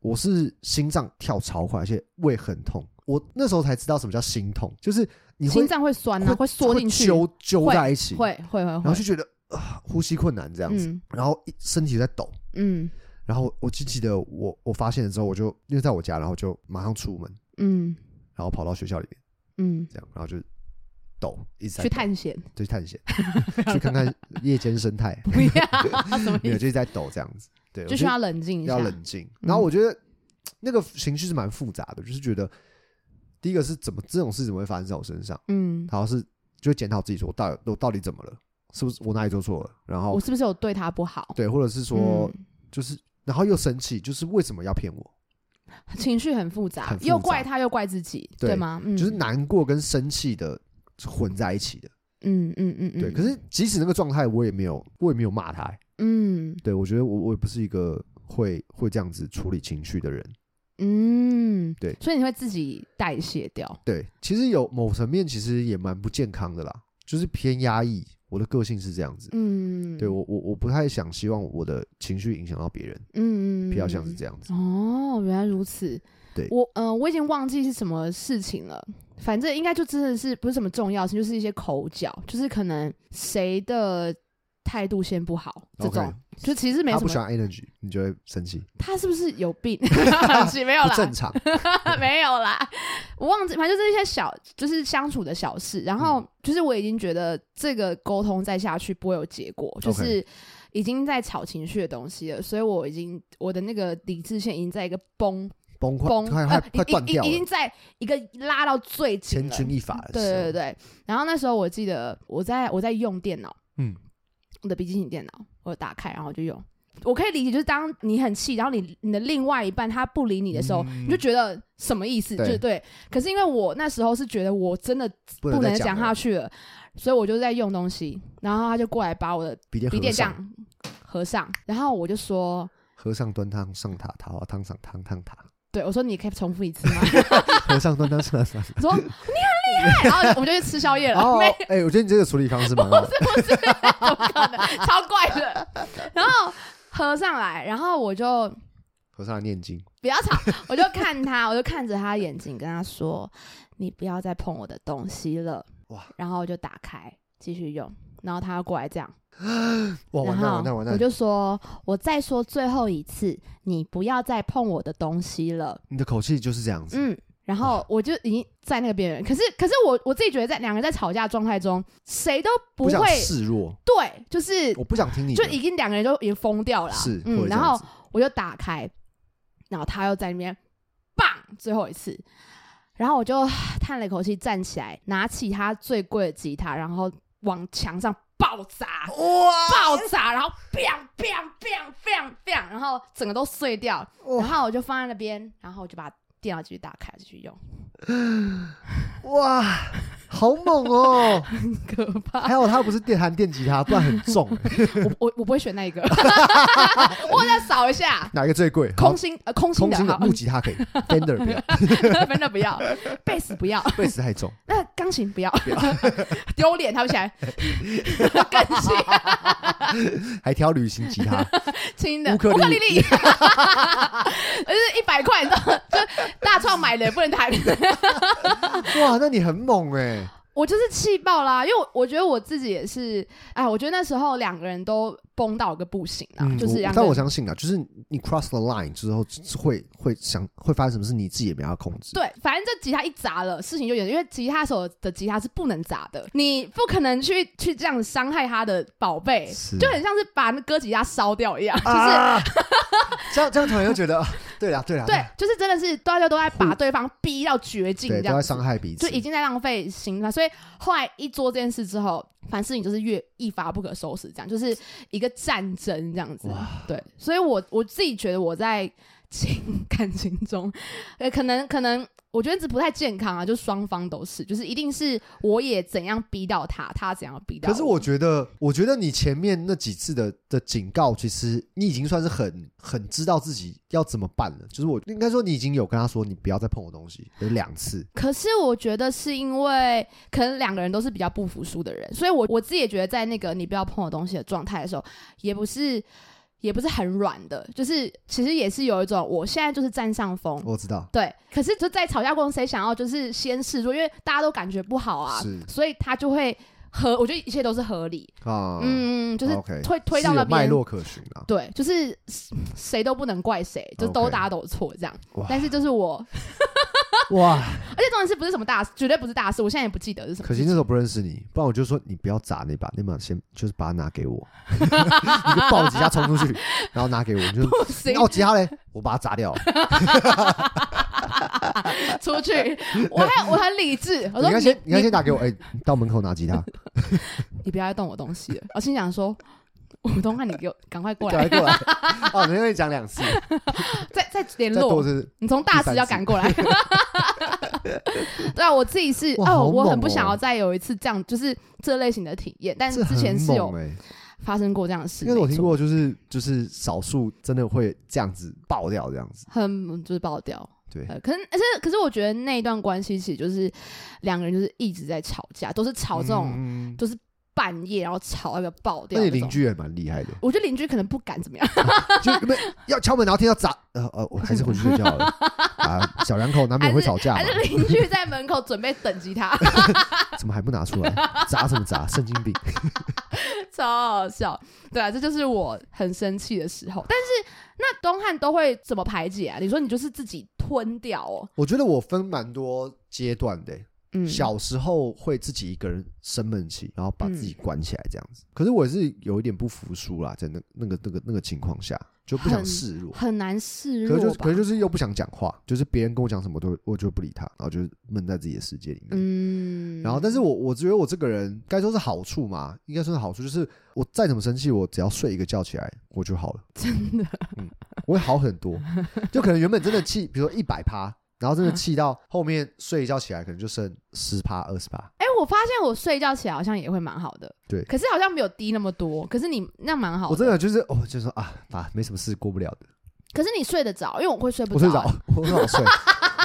C: 我是心脏跳超快，而且胃很痛。我那时候才知道什么叫心痛，就是你会
B: 心脏会酸啊，会缩进去，
C: 揪揪
B: 会
C: 在一起，
B: 会会会
C: 然后
B: 会，
C: 就觉得啊、呼吸困难这样子，
B: 嗯
C: 然后一身体在抖，
B: 嗯
C: 然后我就记得我我发现了之后，我就因为在我家，然后就马上出门，
B: 嗯
C: 然后跑到学校里面
B: 嗯，
C: 这样，然后就抖，一直在
B: 去
C: 抖
B: 探险，
C: 就去探险，去看看夜间生态，
B: 不要 什么
C: 没有
B: 意思，
C: 就是在抖这样子，对，我
B: 就需
C: 觉
B: 要冷静
C: 得
B: 一下嗯
C: 要，冷静。然后我觉得那个情绪是蛮复杂的，就是觉得第一个是怎么这种事怎么会发生在我身上，
B: 嗯，
C: 然后是就会检讨自己说我到底我到底怎么了，是不是我哪里做错了，然后
B: 我是不是有对他不好？
C: 对，或者是说
B: 嗯
C: 就是然后又生气，就是为什么要骗我？
B: 情绪很复杂
C: 很，复杂
B: 又怪他又怪自己，
C: 对
B: 对吗？嗯
C: 就是难过跟生气的混在一起的。
B: 嗯嗯嗯嗯，
C: 对，可是即使那个状态，我也没有，我也没有骂他欸、
B: 嗯
C: 对我觉得我我也不是一个会会这样子处理情绪的人。
B: 嗯，
C: 对
B: 所以你会自己代谢掉，
C: 对，其实有某层面其实也蛮不健康的啦，就是偏压抑。我的个性是这样子，
B: 嗯，
C: 对我我我不太想希望我的情绪影响到别人，
B: 嗯，嗯嗯，
C: 比较像是这样子。
B: 哦，原来如此。
C: 对
B: 我嗯、呃我已经忘记是什么事情了。反正应该就真的是不是什么重要事情，就是一些口角，就是可能谁的态度先不好，这
C: OK
B: 种就其实没
C: 他
B: 什
C: 不
B: 么
C: 喜。欢 energy，你就会生气，
B: 他是不是有 病？是没有
C: 不
B: 啦，
C: 正常。
B: 没有啦，我忘记，反正就是一些小，就是相处的小事。然后
C: 嗯
B: 就是我已经觉得这个沟通再下去不会有结果，就是已经在吵情绪的东西了，所以我已经我的那个理智线已经在一个崩
C: 崩溃，
B: 崩，
C: 快
B: 呃
C: 快快
B: 已
C: 断
B: 已
C: 掉
B: 已经
C: 了，
B: 在一个拉到最紧
C: 千
B: 了
C: 钧一发的时候。
B: 对对对，然后那时候我记得我在我在用电脑，
C: 嗯，
B: 我的笔记型电脑，我打开然后就用。我可以理解，就是当你很气，然后你你的另外一半他不理你的时候，你就觉得什么意思？
C: 嗯对
B: 就是对。可是因为我那时候是觉得我真的
C: 不
B: 不
C: 再
B: 能讲下
C: 了，
B: 去了，所以我就在用东西，然后他就过来把我的
C: 笔电
B: 笔
C: 合
B: 电这
C: 上，
B: 样合上，然后我就说。
C: 和尚端汤上塔，桃花啊汤上汤烫塔，
B: 对，我说你可以重复一次吗？
C: 和尚端汤上塔。
B: 我说你很厉害，然后我们就去吃宵夜了。
C: 哦
B: 没，
C: 哎，我觉得你这个处理方式蛮好的，
B: 怎么可能？超怪的。然后合上来，然后我就
C: 和尚念经，
B: 不要 吵，我就看他，我就看着他眼睛，跟他说：“你不要再碰我的东西了。”
C: 哇
B: 然后我就打开继续用，然后他要过来这样，
C: 哇，
B: 然
C: 完蛋
B: 后
C: 完蛋完
B: 我
C: 蛋，
B: 就说：“我再说最后一次，你不要再碰我的东西了。
C: 你的口气就是这样”子，
B: 嗯。然后我就已经在那个边缘，可是可是我我自己觉得在两个人在吵架状态中，谁都不
C: 不
B: 会
C: 想示弱，
B: 对，就是
C: 我不想听你
B: 就
C: 的，
B: 已经两个人就已经疯掉了啊，
C: 是，
B: 嗯，
C: 会这
B: 然
C: 样
B: 后
C: 子
B: 我就打开，然后他又在那边棒最后一次，然后我就叹了一口气，站起来，拿起他最贵的吉他，然后往墙上爆砸，
C: 哇
B: 爆砸，然后 biang biang biang biang biang，然后整个都碎掉，
C: 哇
B: 然后我就放在那边，然后我就把电脑继续打开继续 用，
C: 哇，好猛 哦！
B: 可怕！
C: 还好他不是电弹电吉他，不然很 重。
B: 我我我不会选那 一个，我再扫一下。
C: 哪一个最贵？好
B: 空心呃，空心
C: 空
B: 的
C: 心的
B: 好，
C: 木吉他可以，Fender 不要，
B: 真的不要，贝 斯不要，
C: 贝斯太重。
B: 那钢琴不要， 丢脸，他们起来 更新
C: 还挑旅行吉 他，
B: 轻的
C: 乌克丽丽
B: 丽丽， 就是一百块，你知道吗，就大创买的也不能抬。
C: 哇，那你很猛哎、
B: 我就是气爆啦、因为我我觉得我自己也是，哎，我觉得那时候两个人都崩到一个不行啦，
C: 嗯，
B: 就是
C: 我
B: 两个
C: 但我
B: 人。
C: 相信啊，就是你 cross the line 之后，会会想会发生什么事，你自己也没办法控制。
B: 对，反正这吉他一砸了，事情就有，因为吉他手的吉他是不能砸的，你不可能去去这样伤害他的宝贝，
C: 是
B: 就很像是把那歌吉他烧掉一样，就是
C: 啊，这样这样突然又觉得，啊对啦对啦，
B: 对，就是真的是大家都在把对方逼到绝境，
C: 对，
B: 这
C: 都在
B: 样
C: 伤
B: 子，
C: 害彼此，
B: 就已经在浪费心了。所以后来一做这件事之后，凡事情就是越一发不可收拾，这样就是一个战争这样子
C: 哇。
B: 对，所以我我自己觉得我在情感情中， 呃，可能可能。我觉得这不太健康啊，就双方都是，就是一定是我也怎样逼到他，他怎样逼到
C: 可是我觉得，我觉得你前面那几次的的警告，其实你已经算是很很知道自己要怎么办了。就是我应该说，你已经有跟他说，你不要再碰我东西，有两次。
B: 可是我觉得是因为可能两个人都是比较不服输的人，所以我我自己也觉得在那个你不要碰我东西的状态的时候，也不是也不是很软的，就是其实也是有一种我现在就是占上风。
C: 我知道，
B: 对，可是就在吵架过程，谁想要就是先试做，因为大家都感觉不好啊
C: 是，
B: 所以他就会合，我觉得一切都是合理，
C: 啊，，
B: 嗯，就是
C: OK，
B: 推推到
C: 是有
B: 那
C: 脉
B: 边，
C: 络可循啊。
B: 对，就是谁都不能怪谁，就都
C: OK
B: 大家都有错这样
C: 哇。
B: 但是就是我
C: 哇，
B: 而且重点是不是什么大事，绝对不是大事，我现在也不记得是什么。
C: 可惜那时候不认识你，不然我就说你不要砸那把，那把先就是把它拿给我， 你就抱着吉他冲出去， 然后拿给我，你就。
B: 不行
C: 那，我吉他嘞，我把它砸掉。
B: 出去，我还我很理智，我
C: 你应
B: 说
C: 该先，你应
B: 你
C: 该
B: 你
C: 先打给我。哎，你到门口拿吉他，
B: 你不要再动我东西了。我心想说，我东汉你给我赶快过
C: 赶 快
B: 来，
C: 过来。哦，你会讲两次，
B: 再再联
C: 啊再多
B: 络，
C: 是
B: 你从大直要赶过来。 对啊，我自己是
C: 哇好
B: 哦，我
C: 猛
B: 很
C: 哦
B: 不想要再有一次这样，就是这类型的体验。但
C: 这
B: 是
C: 很
B: 之前是有
C: 猛欸
B: 发生过这样的事，
C: 因为我
B: 没
C: 听
B: 错，
C: 过，就是就是少数真的会这样子爆掉这样子。
B: 很就是爆掉。
C: 对，
B: 呃，可是，可是，可是，我觉得那一段关系其实就是两个人就是一直在吵架，都是吵这种
C: 嗯
B: 半夜然后吵到一个爆掉
C: 那你
B: 那
C: 邻
B: 种。
C: 居也蛮厉害的，
B: 我觉得邻居可能不敢怎么样，
C: 就没要敲门，然后听到砸，呃呃，我还是回去睡觉了。啊，小两口难免会吵架嘛
B: 还，是邻居在门口准备等吉他，
C: 怎么还不拿出来？砸什么砸？神经病！
B: 超好笑。对啊，这就是我很生气的时候。但是那东汉都会怎么排解啊？你说你就是自己吞掉哦，
C: 我觉得我分蛮多阶段的欸、
B: 嗯，
C: 小时候会自己一个人生闷气，然后把自己
B: 嗯
C: 关起来这样子。可是我也是有一点不服输啦，在那那个那个那个情况下，就不想
B: 很
C: 示弱。
B: 很难示
C: 可是就
B: 弱
C: 是
B: 吧
C: 可是？就是又不想讲话，就是别人跟我讲什么都我就不理他，然后就是闷在自己的世界里面。
B: 嗯，
C: 然后，但是我我觉得我这个人该说是好处嘛，应该说是好处，就是我再怎么生气，我只要睡一个觉起来我就好了，真的，嗯，我会好很 多。就可能原本真的气，比如说一百趴，然后真的
B: 嗯
C: 气到后面睡一觉起来，可能就剩十趴二十趴。
B: 哎、我发现我睡觉起来好像也会蛮好的，
C: 对
B: 可是好像没有低那么多，可是你那蛮好
C: 我真的就是哦，就说啊啊，没什么事过不了的，
B: 可是你睡得着，因为我会睡不
C: 我睡着
B: 着，，
C: 我很好睡，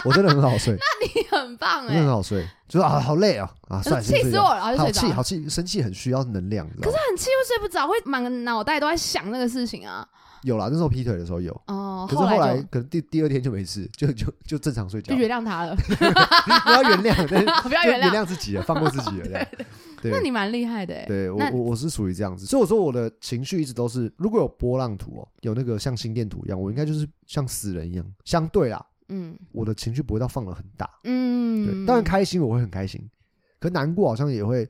C: 我真的很好睡，
B: 你很棒
C: 我
B: 哎、
C: 真的很好睡，就是啊好累啊啊，算了，先
B: 呃气
C: 睡
B: 死
C: 觉
B: 我了，然后就
C: 好
B: 睡着
C: 气
B: 了。
C: 好气，生气很需要能量，可
B: 可是很气又睡不着，会满个脑袋都在想那个事情啊。
C: 有啦，那时候劈腿的时候有。
B: 哦，
C: 可是后
B: 来
C: 来
B: 就
C: 可能第第二天就没事，就就就正常睡觉，
B: 就原谅他了，
C: 不 要原谅，但是
B: 不要
C: 就
B: 原
C: 原
B: 谅。
C: 谅自己了，放过自己了，这样。 对，
B: 那你蛮厉害的哎、
C: 对我
B: 那
C: 我我是属于这样子，所以我说我的情绪一直都是，如果有波浪图哦，有那个像心电图一样，我应该就是像死人一样。相对啦，
B: 嗯
C: 我的情绪不会到放的很大，对，
B: 嗯，
C: 当然开心我会很开心，可难过好像也会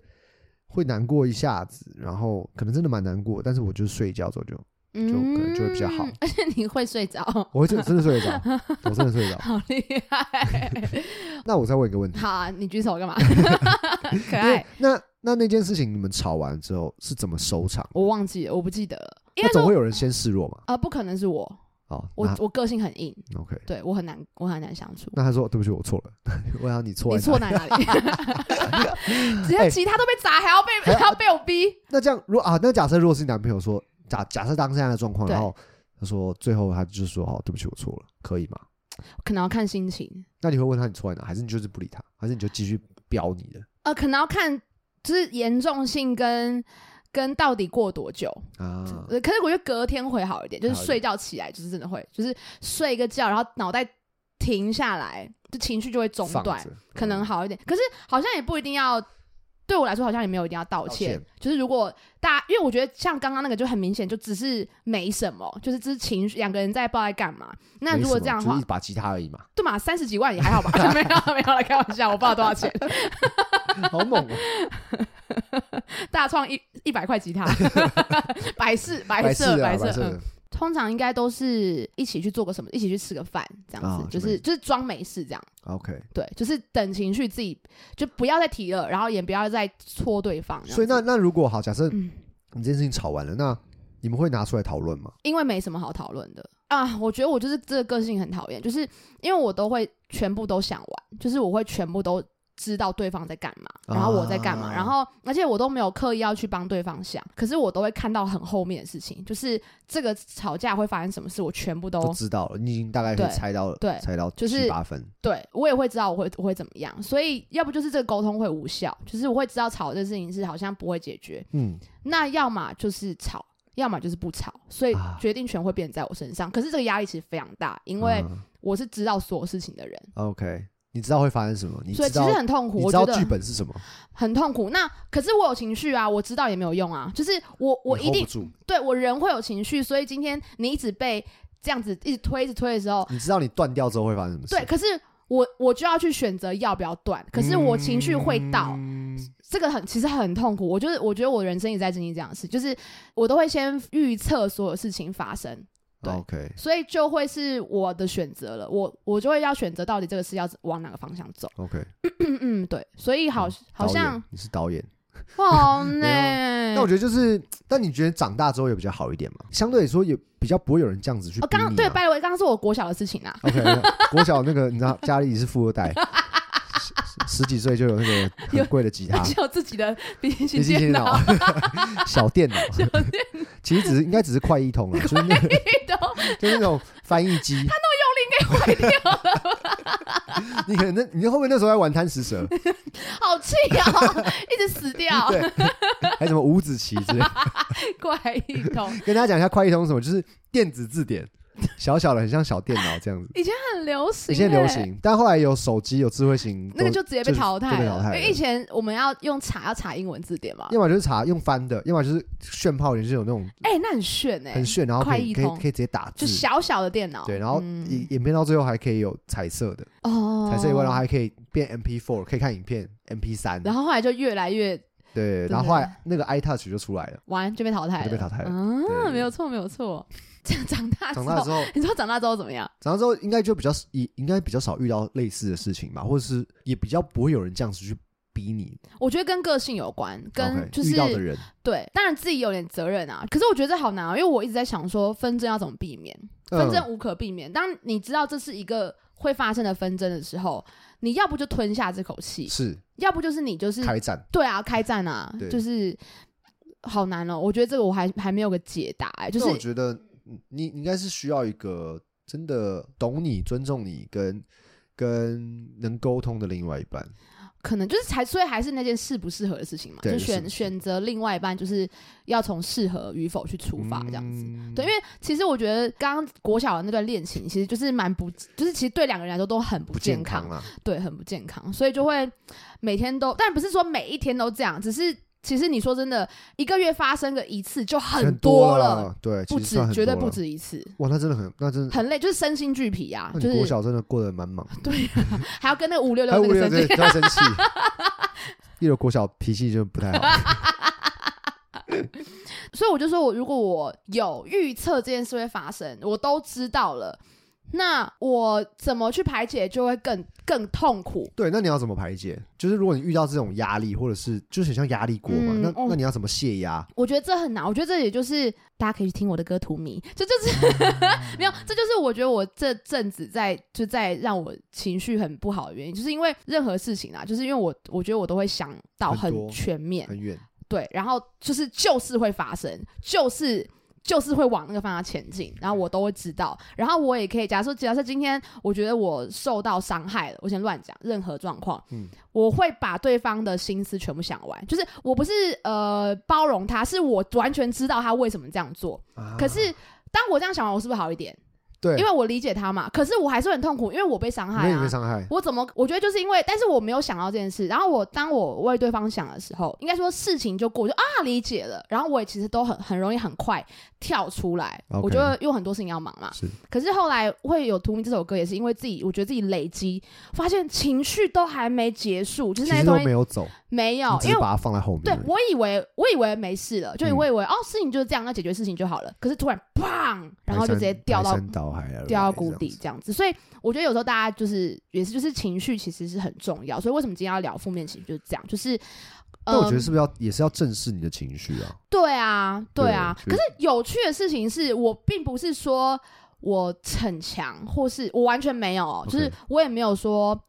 C: 会难过一下子，然后可能真的蛮难过，但是我就是睡一觉之后就
B: 就
C: 可能就会比较好
B: 嗯而且你会睡着，
C: 我会真真的睡得着，我真的睡得着。
B: 好厉 害。
C: 那我再问一个问题。
B: 好、啊，你举 手干嘛？可
C: 因为
B: 爱，
C: 那那那件事情，你们吵完之后是怎么收场？
B: 我忘记了，我不记得了。应
C: 那
B: 该
C: 总
B: 说
C: 会有人先示弱嘛？
B: 呃，不可能是我，
C: 哦，
B: 我、
C: 那
B: 我个性很硬，
C: OK。
B: 对我很难，我很难相处。
C: 那他说对不起，我错了。 我想你错，
B: 你错。在哪里？ 只
C: 哎
B: 要吉他都被砸，还要被
C: 还要
B: 还要被我逼，
C: 那这样，如果啊，那假设如果是你男朋友说，假假设当下的状况，
B: 对
C: 然后他说最后他就说哦，对不起，我错了，可以吗？
B: 可能要看心情，
C: 那你会问他你错在哪，还是你就是不理他，还是你就继续飙你的
B: 呃，可能要看就是严重性跟跟到底过多久。
C: 啊？
B: 呃，可是我觉得隔天会好一点，就是
C: 好一点
B: 睡觉起来就是真的会，就是睡一个觉，然后脑袋停下来，就情绪就会中
C: 放
B: 断
C: 着，
B: 可能
C: 嗯
B: 好一点。可是好像也不一定要，对我来说好像也没有一定要道歉。
C: 道歉
B: 就是如果大家，因为我觉得像刚刚那个就很明显，就只是没什么，就是只是情绪两个人在不知道在干嘛。那
C: 没
B: 如果
C: 什么
B: 这样的
C: 就
B: 话
C: 是一，把吉他而已嘛，
B: 对嘛，三十几万也还好吧？ 没有没有来开玩笑，我不知道多少钱，
C: 好猛哦！
B: 大创一一百块吉 他，百事
C: 白
B: 白
C: 色
B: 色
C: 的啊
B: 色
C: 白
B: 嗯
C: 色的，
B: 通常应该都是一起去做个什么，一起去吃个饭这样子，
C: 啊
B: 就
C: 就没
B: 是就是装没事这样。
C: OK。
B: 对，就是等情绪自己就不要再提了，然后也不要再戳对方这样子。
C: 所以那那如果好，假设
B: 嗯
C: 你这件事情吵完了，那你们会拿出来讨论吗？
B: 因为没什么好讨论的啊，我觉得我就是这个个性很讨厌，就是因为我都会全部都想完，就是我会全部都。知道对方在干嘛，然后我在干嘛，
C: 啊
B: 然后而且我都没有刻意要去帮对方想，可是我都会看到很后面的事情，就是这个吵架会发生什么事，我全部都
C: 都知道了，你已经大概可以
B: 哦对
C: 猜到了，
B: 对
C: 猜到
B: 就是
C: 七八分。
B: 对我也会知道我会我会怎么样，所以要不就是这个沟通会无效，就是我会知道吵这事情是好像不会解决，
C: 嗯，
B: 那要么就是吵，要么就是不吵，所以
C: 啊
B: 决定权会变在我身上。可是这个压力其实非常大，因为
C: 啊
B: 我是知道所有事情的人，
C: OK，你知道会发生什么，你
B: 所以
C: 知
B: 其
C: 道
B: 实很痛苦，
C: 你
B: 我
C: 知道
B: 觉得
C: 剧本是什么，
B: 很痛苦。那可是我有情绪啊，我知道也没有用啊，就是我我
C: 你
B: 一
C: hold
B: 定
C: 不住，
B: 对我人会有情绪，所以今天你一直被这样子一直推一直推的时候，
C: 你知道你断掉之后会发生什么事。
B: 对，可是。我我就要去选择要不要断，可是我情绪会到，
C: 嗯
B: 这个很其实很痛苦，我就是我觉得我人生一直在经历这样的事，就是我都会先预测所有事情发生，对
C: OK
B: 所以就会是我的选择了，我我就会要选择到底这个事要往哪个方向走。
C: OK，
B: 嗯嗯，对，所以好好像哦嗯
C: 你是哦导演， 啊
B: 好
C: 那
B: 呢
C: 我。觉得就是，但你觉得长大之后有比较好一点吗？相对来说也比较不会有人这样子去
B: 我
C: 逼
B: 哦刚刚
C: 你
B: 对，
C: 啊
B: 拜我刚刚是我国小的事情啊，
C: OK，国 小那个你知道家里是富二代，十十十几岁就有那个很贵的吉他，
B: 就自己的笔记
C: 笔记
B: 电
C: 电
B: 脑
C: 脑、 小电脑，其实只是应该只是快译通了， 就是那个
B: 都
C: 就是那种翻译机。他那么用力，应该坏掉了。你可能那你后面那时候在玩贪食蛇，
B: 好气哦，一直死 掉，
C: 对，还有什么 五子棋之类的。
B: 怪异头。，
C: 跟大家讲一下快译通是什么，就是电子字典。小小的，很像小电脑这样子
B: 以前很流行、欸，
C: 以前流行，但后来有手机，有智慧型，
B: 那个
C: 都
B: 就直接被淘汰
C: 就被淘
B: 了，
C: 汰了
B: 因为以前我们要用查要查英文字典嘛。
C: 要么就是查用翻的，要么就是炫炮，也是有那种
B: 哎、那很炫哎、
C: 很炫，然后可
B: 快
C: 以
B: 易
C: 可以
B: 通
C: 可以直接打字
B: 就，小小的电脑。
C: 对，然后
B: 嗯
C: 影影片到最后还可以有彩色的，
B: 哦，
C: 彩色以外，然后还可以变 MP4，可以看影片 MP3，
B: 然后后来就越来越
C: 对，
B: 对哎
C: 然后后来那个 iTouch 就出来了，
B: 玩就被淘汰了，
C: 就被淘汰了
B: 啊，
C: 对
B: 没有错，没 有错。这样长大之
C: 长
B: 后，
C: 大之后，
B: 你说长大之后怎么样？
C: 长大之后应该就比较应应该比较少遇到类似的事情吧，或者是也比较不会有人这样子去逼你，
B: 我觉得跟个性有关，跟
C: OK，
B: 就是
C: 遇到的人，
B: 对，当然自己有点责任啊。可是我觉得这好难啊，因为我一直在想说纷争要怎么避免，纷
C: 嗯
B: 争无可避免。当你知道这是一个会发生的纷争的时候，你要不就吞下这口气，
C: 是
B: 要不就是你就是
C: 开战，
B: 对啊，开战啊
C: 对，
B: 就是好难哦。我觉得这个我还还没有个解答、哎，就
C: 但我
B: 是
C: 觉得嗯你你应该是需要一个真的懂你、尊重你跟跟能沟通的另外一半，
B: 可能就是才，所以还是那件适不适合的事情嘛，
C: 对
B: 就是
C: 不
B: 选
C: 是
B: 选择另外一半，就是要从适合与否去出发这样子。
C: 嗯
B: 对，因为其实我觉得刚刚国小的那段恋情，其实就是蛮不，就是其实对两个人来说都很不
C: 不
B: 健
C: 健
B: 康，
C: 康啦，
B: 对，很不健康，所以就会每天都，但不是说每一天都这样，只是其实你说真的，一个月发生个一次就很
C: 多
B: 了，
C: 啦，对，
B: 不
C: 其实算
B: 止，
C: 很
B: 绝对
C: 多
B: 不
C: 了。
B: 止一次，
C: 哇，那真的很，那真的，
B: 很累，就是身心俱疲 啊，
C: 那
B: 就
C: 你国
B: 是
C: 小真的过得蛮 忙的，
B: 对啊，还要跟那个五六
C: 还
B: 六
C: 有
B: 那
C: 五
B: 个
C: 六
B: 生
C: 对，
B: 气，
C: 不要生气。 一楼国小脾气就不太 好，
B: 所以我就说我如果我有预测这件事会发生，我都知道了。那我怎么去排解就会更更痛苦，
C: 对，那你要怎么排解？就是如果你遇到这种压力，或者是就是很像压力锅嘛，
B: 嗯
C: 那
B: 哦
C: 那你要怎么泄压？
B: 我觉得这很难，我觉得这也就是大家可以去听我的歌《荼蘼》，这就是
C: 嗯
B: 没有，这就是我觉得我这阵子在就在让我情绪很不好的原因，就是因为任何事情啊，就是因为我我觉得我都会想到
C: 很多
B: 很全面，
C: 很远，
B: 对，然后就是就是会发生，就是。就是会往那个方向前进，然后我都会知道，然后我也可以，假如说，假设今天我觉得我受到伤害了，我先乱讲，任何状况，
C: 嗯
B: 我会把对方的心思全部想完，就是我不是呃包容他，是我完全知道他为什么这样做，
C: 啊
B: 可是当我这样想完，我是不是好一点？
C: 对，
B: 因为我理解他嘛，可是我还是很痛苦，因为我被伤
C: 因
B: 害
C: 为你
B: 啊
C: 被，伤害，
B: 我怎么？我觉得就是因为，但是我没有想到这件事。然后我当我为对方想的时候，应该说事情就过，我就啊理解了。然后我也其实都很很容易很快跳出来
C: OK
B: 我觉得有很多事情要忙嘛。
C: 是
B: 可是后来会有《荼蘼》这首歌，也是因为自己，我觉得自己累积，发现情绪都还没结束，就
C: 其
B: 是那些
C: 实都
B: 东西
C: 没有走，
B: 没有
C: 你，只
B: 因
C: 是
B: 为
C: 把它放在后面
B: 对
C: 而已。
B: 我以为我以为没事了，就
C: 嗯
B: 我以为、哦事情就是这样，那解决事情就好了。可是突然砰，然后就直接掉到
C: 排山倒海啊而来
B: 掉到谷
C: 这
B: 底
C: 样子
B: 这样子。所以我觉得有时候大家就是也是就是情绪其实是很重要，所以为什么今天要聊负面情绪就是这样，就是。
C: 但我觉得
B: 嗯
C: 是不是要也是要正视你的情绪啊？
B: 对啊，对啊。
C: 对
B: 可是有趣的事情是我并不是说我逞强，或是我完全没有哦，
C: OK
B: 就是我也没有说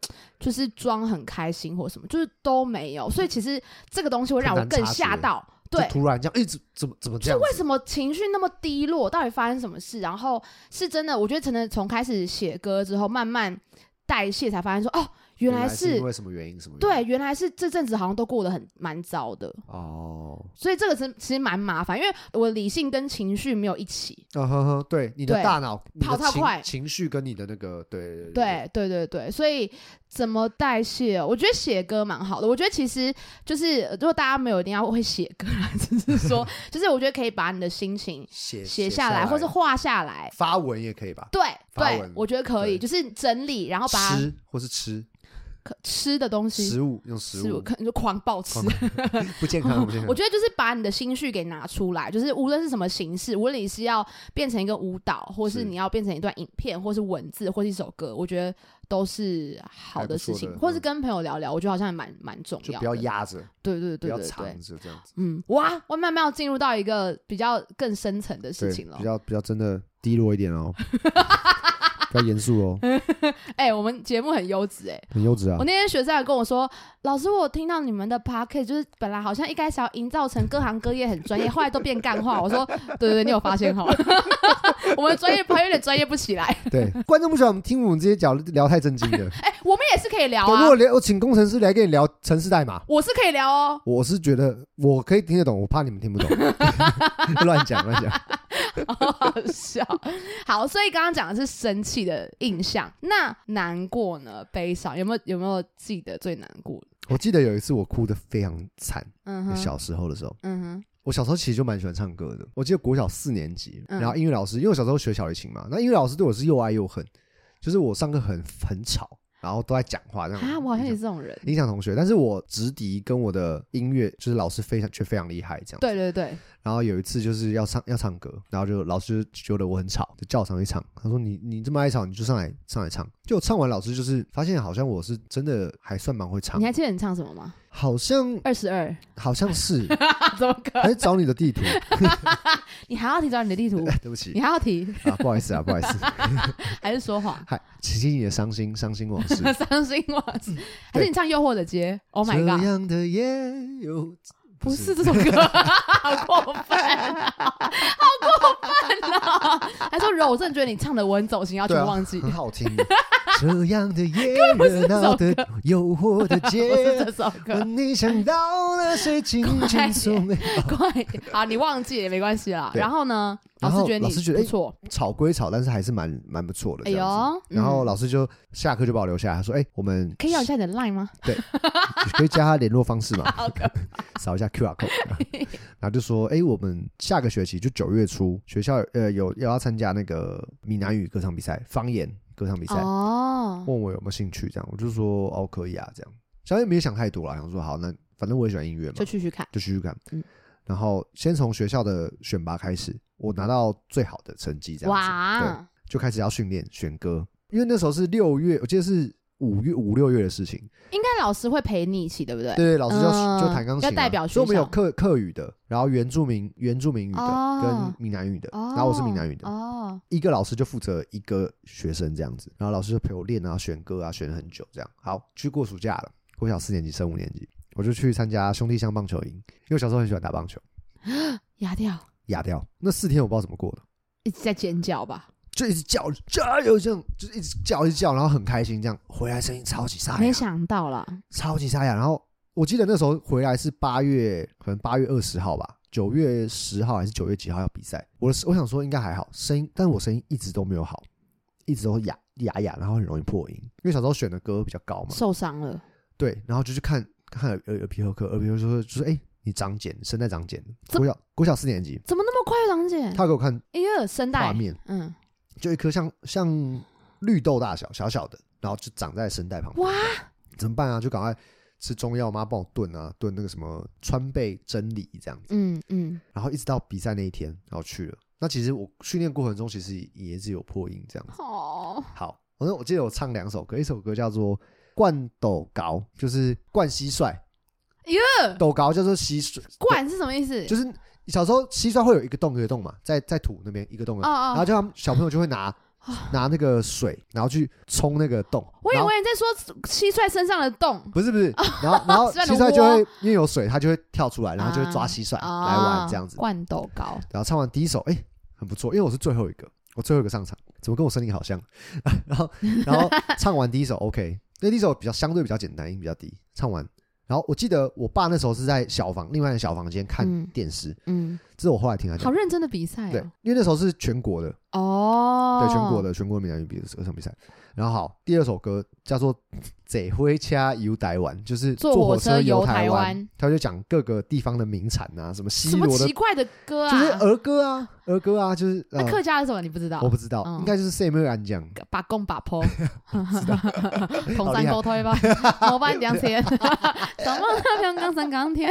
B: 就是装很开心或什么，就是都没有。所以其实这个东西会让我
C: 很难
B: 更
C: 察
B: 吓
C: 觉
B: 到，对
C: 就，突然这样，哎、怎怎么怎么这
B: 就是
C: 样子？
B: 为什么情绪那么低落？到底发生什么事？然后是真的，我觉得真的从开始写歌之后，慢慢代谢，才发现说，哦，原来
C: 是
B: 是
C: 因为什么原因？什么原
B: 对，
C: 因
B: 原来是这阵子好像都过得很蛮糟的，
C: 哦，
B: 所以这个是其实蛮麻烦，因为我理性跟情绪没有一起。
C: 啊呵呵，对，你的
B: 对
C: 大脑你的
B: 跑太
C: 情
B: 快
C: 情绪跟你的那个对对
B: 对对对对，所以怎么代谢哦？我觉得写歌蛮好的。我觉得其实就是，呃如果大家没有一定要会写歌啦，只是说，就是我觉得可以把你的心情
C: 写
B: 写
C: 下
B: 下来，或是画下来。
C: 发文也可以吧，
B: 对
C: 发
B: 对
C: 文，
B: 我觉得可以，
C: 对
B: 就是整理，然后把它
C: 吃或是吃
B: 可吃的东西，
C: 食物用食
B: 是我
C: 物
B: 可能就狂暴吃。
C: 不健康，不健康。
B: 我觉得就是把你的心绪给拿出来，就是无论是什么形式，无论你是要变成一个舞蹈，或
C: 是
B: 是你要变成一段影片，或是文字，或是一首歌，我觉得都是好的事
C: 还
B: 情
C: 不错的，嗯
B: 或是跟朋友聊聊，我觉得好像还蛮蛮重
C: 就
B: 要的。
C: 不要压着，
B: 对，对
C: 不
B: 对
C: 要
B: 对对
C: 藏，着这样子。
B: 嗯，哇，我慢慢要进入到一个比较更深层的事情
C: 对，
B: 了
C: 比。较比较真的低落一点 哦，比较严肃哦，
B: 哎、我们节目很优质哎，
C: 很幼稚啊
B: 我。那天学生还跟我说，老师，我听到你们的 p o c a s t 就是本来好像一开始要营造成各行各业很专业，后来都变干话。我说， 对对对，你有发现哈？ 我们专业 p 有点专业不起来。
C: 对， 观众不喜欢我们听我们这些讲聊太震惊的。
B: 哎、我们也是可以聊
C: 对如
B: 啊
C: 果，聊，我请工程师来跟你聊城市代码，
B: 我是可以聊哦。
C: 我是觉得我可以听得懂，我怕你们听不懂，乱讲乱讲。
B: 好好笑。好，所以刚刚讲的是生气的印象，那难过呢？悲伤有没有有没有记得最难过的？
C: 我记得有一次我哭得非常惨，
B: 嗯哼，
C: 小时候的时候，
B: 嗯哼，
C: 我小时候其实就蛮喜欢唱歌的。我记得国小四年级，
B: 嗯
C: 然后音乐老师，因为我小时候学小提琴嘛，那音乐老师对我是又爱又恨，就是我上课很很吵，然后都在讲话这样。
B: 啊，我好像也是这种人。
C: 影响同学，但是我直笛跟我的音乐就是老师非常却非常厉害这样。
B: 对对对，
C: 然后有一次就是要唱要唱歌，然后就老师就觉得我很吵，就叫我上去唱。他说你你这么爱吵，你就上来上来唱。就我唱完，老师就是发现好像我是真的还算蛮会唱
B: 你，还记得你唱什么吗？
C: 好像
B: 二十二，
C: 好像是，
B: 怎么可
C: 还
B: 能？
C: 是找你的 地图。哎
B: 你还要提找你的地图，
C: 对不起
B: 你还要提，
C: 啊，不好意思啊，不好意思。
B: 还是说谎？
C: 嗨，琪琪，你的伤心伤心往事。
B: 伤心往事，还是你唱《诱惑的街》？Oh
C: 这
B: my god！
C: 样的夜有
B: 不是这首歌， 好过分，啊好过分啊！还说柔，我真的觉得你唱的我很走心，要全
C: 对
B: 部
C: 啊，
B: 忘记。
C: 很好听的。这样的 夜，热闹的诱惑的
B: 不是
C: 街
B: 这，首歌
C: 和，你想到了 谁轻轻送哎你？
B: 快点！好，你忘记也没关系啦。
C: 对
B: 然后呢，
C: 然后
B: 师觉得
C: 老
B: 你
C: 师觉得
B: 不错，
C: 吵归吵，但是还是蛮蛮不错的。
B: 哎
C: 这样子。
B: 呦，
C: 然后
B: 嗯
C: 老师就下课就把我留下来，他说：“哎，我们
B: 可以要一下你的 line 吗？
C: 可以加他联络方式嘛？
B: 好可
C: 扫一下 QR code，然后 就说，哎、我们下个学期就九月初，学校呃有有要参加那个闽南语歌唱比赛，方言歌唱比赛，
B: 哦，
C: 问我有没有兴趣，这样我就说哦可以啊，这样，小也没想太多啦，想说好，那反正我也喜欢音乐嘛
B: 就，去去看。
C: 就去去看，
B: 嗯
C: 然后先从学校的选拔开始，我拿到最好的成绩，这样子，对，
B: 哇，
C: 就开始要训练选歌，因为那时候是六月，我记得是五月五六月的事情，
B: 应该老师会陪你一起，对不对？
C: 对，老师就、
B: 嗯
C: 就弹钢琴啊、
B: 要代表学校
C: 所以我们有客客语的，然后原住民原住民语的、
B: 哦
C: 跟闽南语的，
B: 哦
C: 然后我是闽南语的，
B: 哦，
C: 一个老师就负责一个学生这样子，然后老师就陪我练啊、选歌啊，选了很久这样。好，去过暑假了，国小四年级升五年级，我就去参加兄弟乡棒球营，因为我小时候很喜欢打棒球，
B: 牙掉，
C: 哑掉那四天我不知道怎么过的。
B: 一直在尖叫吧？
C: 就一直叫加油，这样就是一直叫一直叫，然后很开心，这样回来声音超级沙哑，
B: 没想到啦，
C: 超级沙哑。然后我记得那时候回来是八月，可能八月二十号吧，九月十号还是九月几号要比赛。我的我想说应该还好，声音，但我声音一直都没有好，一直都哑哑哑，然后很容易破音。因为小时候选的歌比较高嘛，
B: 受伤了，
C: 对，然后就去看看耳耳鼻喉科，耳鼻喉科就说就是哎、你长茧，声带长茧。
B: 这
C: 国小国小四年级，
B: 怎么那么快，长姐？
C: 他给我看
B: 哎呦，声
C: 画
B: 带，
C: 面，
B: 嗯，
C: 就一颗像像绿豆大小小小的，然后就长在声带旁边。
B: 哇，
C: 怎么办啊？就赶快吃中药，我妈帮我炖啊，炖那个什么川贝真理这样子。
B: 嗯嗯，
C: 然后一直到比赛那一天，然后去了。那其实我训练过程中，其实也是有破音这样子。
B: 哦，
C: 好，反正我记得我唱两首歌，一首歌叫做《灌斗高》，就是灌蟋蟀。
B: 哎呦
C: 斗高叫做蟋蟀，
B: 灌是什么意思？
C: 就是小时候蟋蟀会有一个洞一个洞嘛，在在土那边一个洞一个
B: 哦
C: 洞，然后
B: 哦，
C: 就他们小朋友就会拿拿那个水，然后去冲那个洞。
B: 我以
C: 然后
B: 为哦你在说蟋蟀身上的洞，
C: 不是不是，然后 然后
B: 是在
C: 蟋
B: 那
C: 蟀就
B: 窝
C: 会因为有水，它就会跳出来，然后就会抓蟋蟀来玩这样子
B: 哦。灌豆糕，
C: 然后唱完第一首，哎，很不错，因为我是最后一个，我最后一个上场，怎么跟我声音好像？ 然后然后唱完第一首 OK，因为第一首比较相对比较简单，音比较低，唱完。然后我记得我爸那时候是在小房另外的小房间看
B: 嗯
C: 电视，
B: 嗯，
C: 这是我后来听他
B: 好
C: 讲。
B: 认真的比赛
C: 对
B: 哦，，
C: 因为那时候是全国的，
B: 哦，
C: 对全国，的全国闽南语比歌唱比赛。然后好，第二首歌叫做《贼灰掐游台湾》，就是
B: 坐
C: 坐
B: 火
C: 火
B: 车
C: 车
B: 游
C: 游
B: 台
C: 台
B: 湾
C: 湾，他就讲各个地方的名产啊，什么西
B: 什么
C: 罗的
B: 奇，怪的歌
C: 就是
B: 啊？
C: 儿歌啊，儿歌啊，就是
B: 那
C: 呃，
B: 客家是什么？你不知道
C: 我？不知道，
B: 嗯
C: 应该就是 Sam 安讲，
B: 把公把 婆， 同山沟推吧，我把你两天， 什么那边刚三刚天，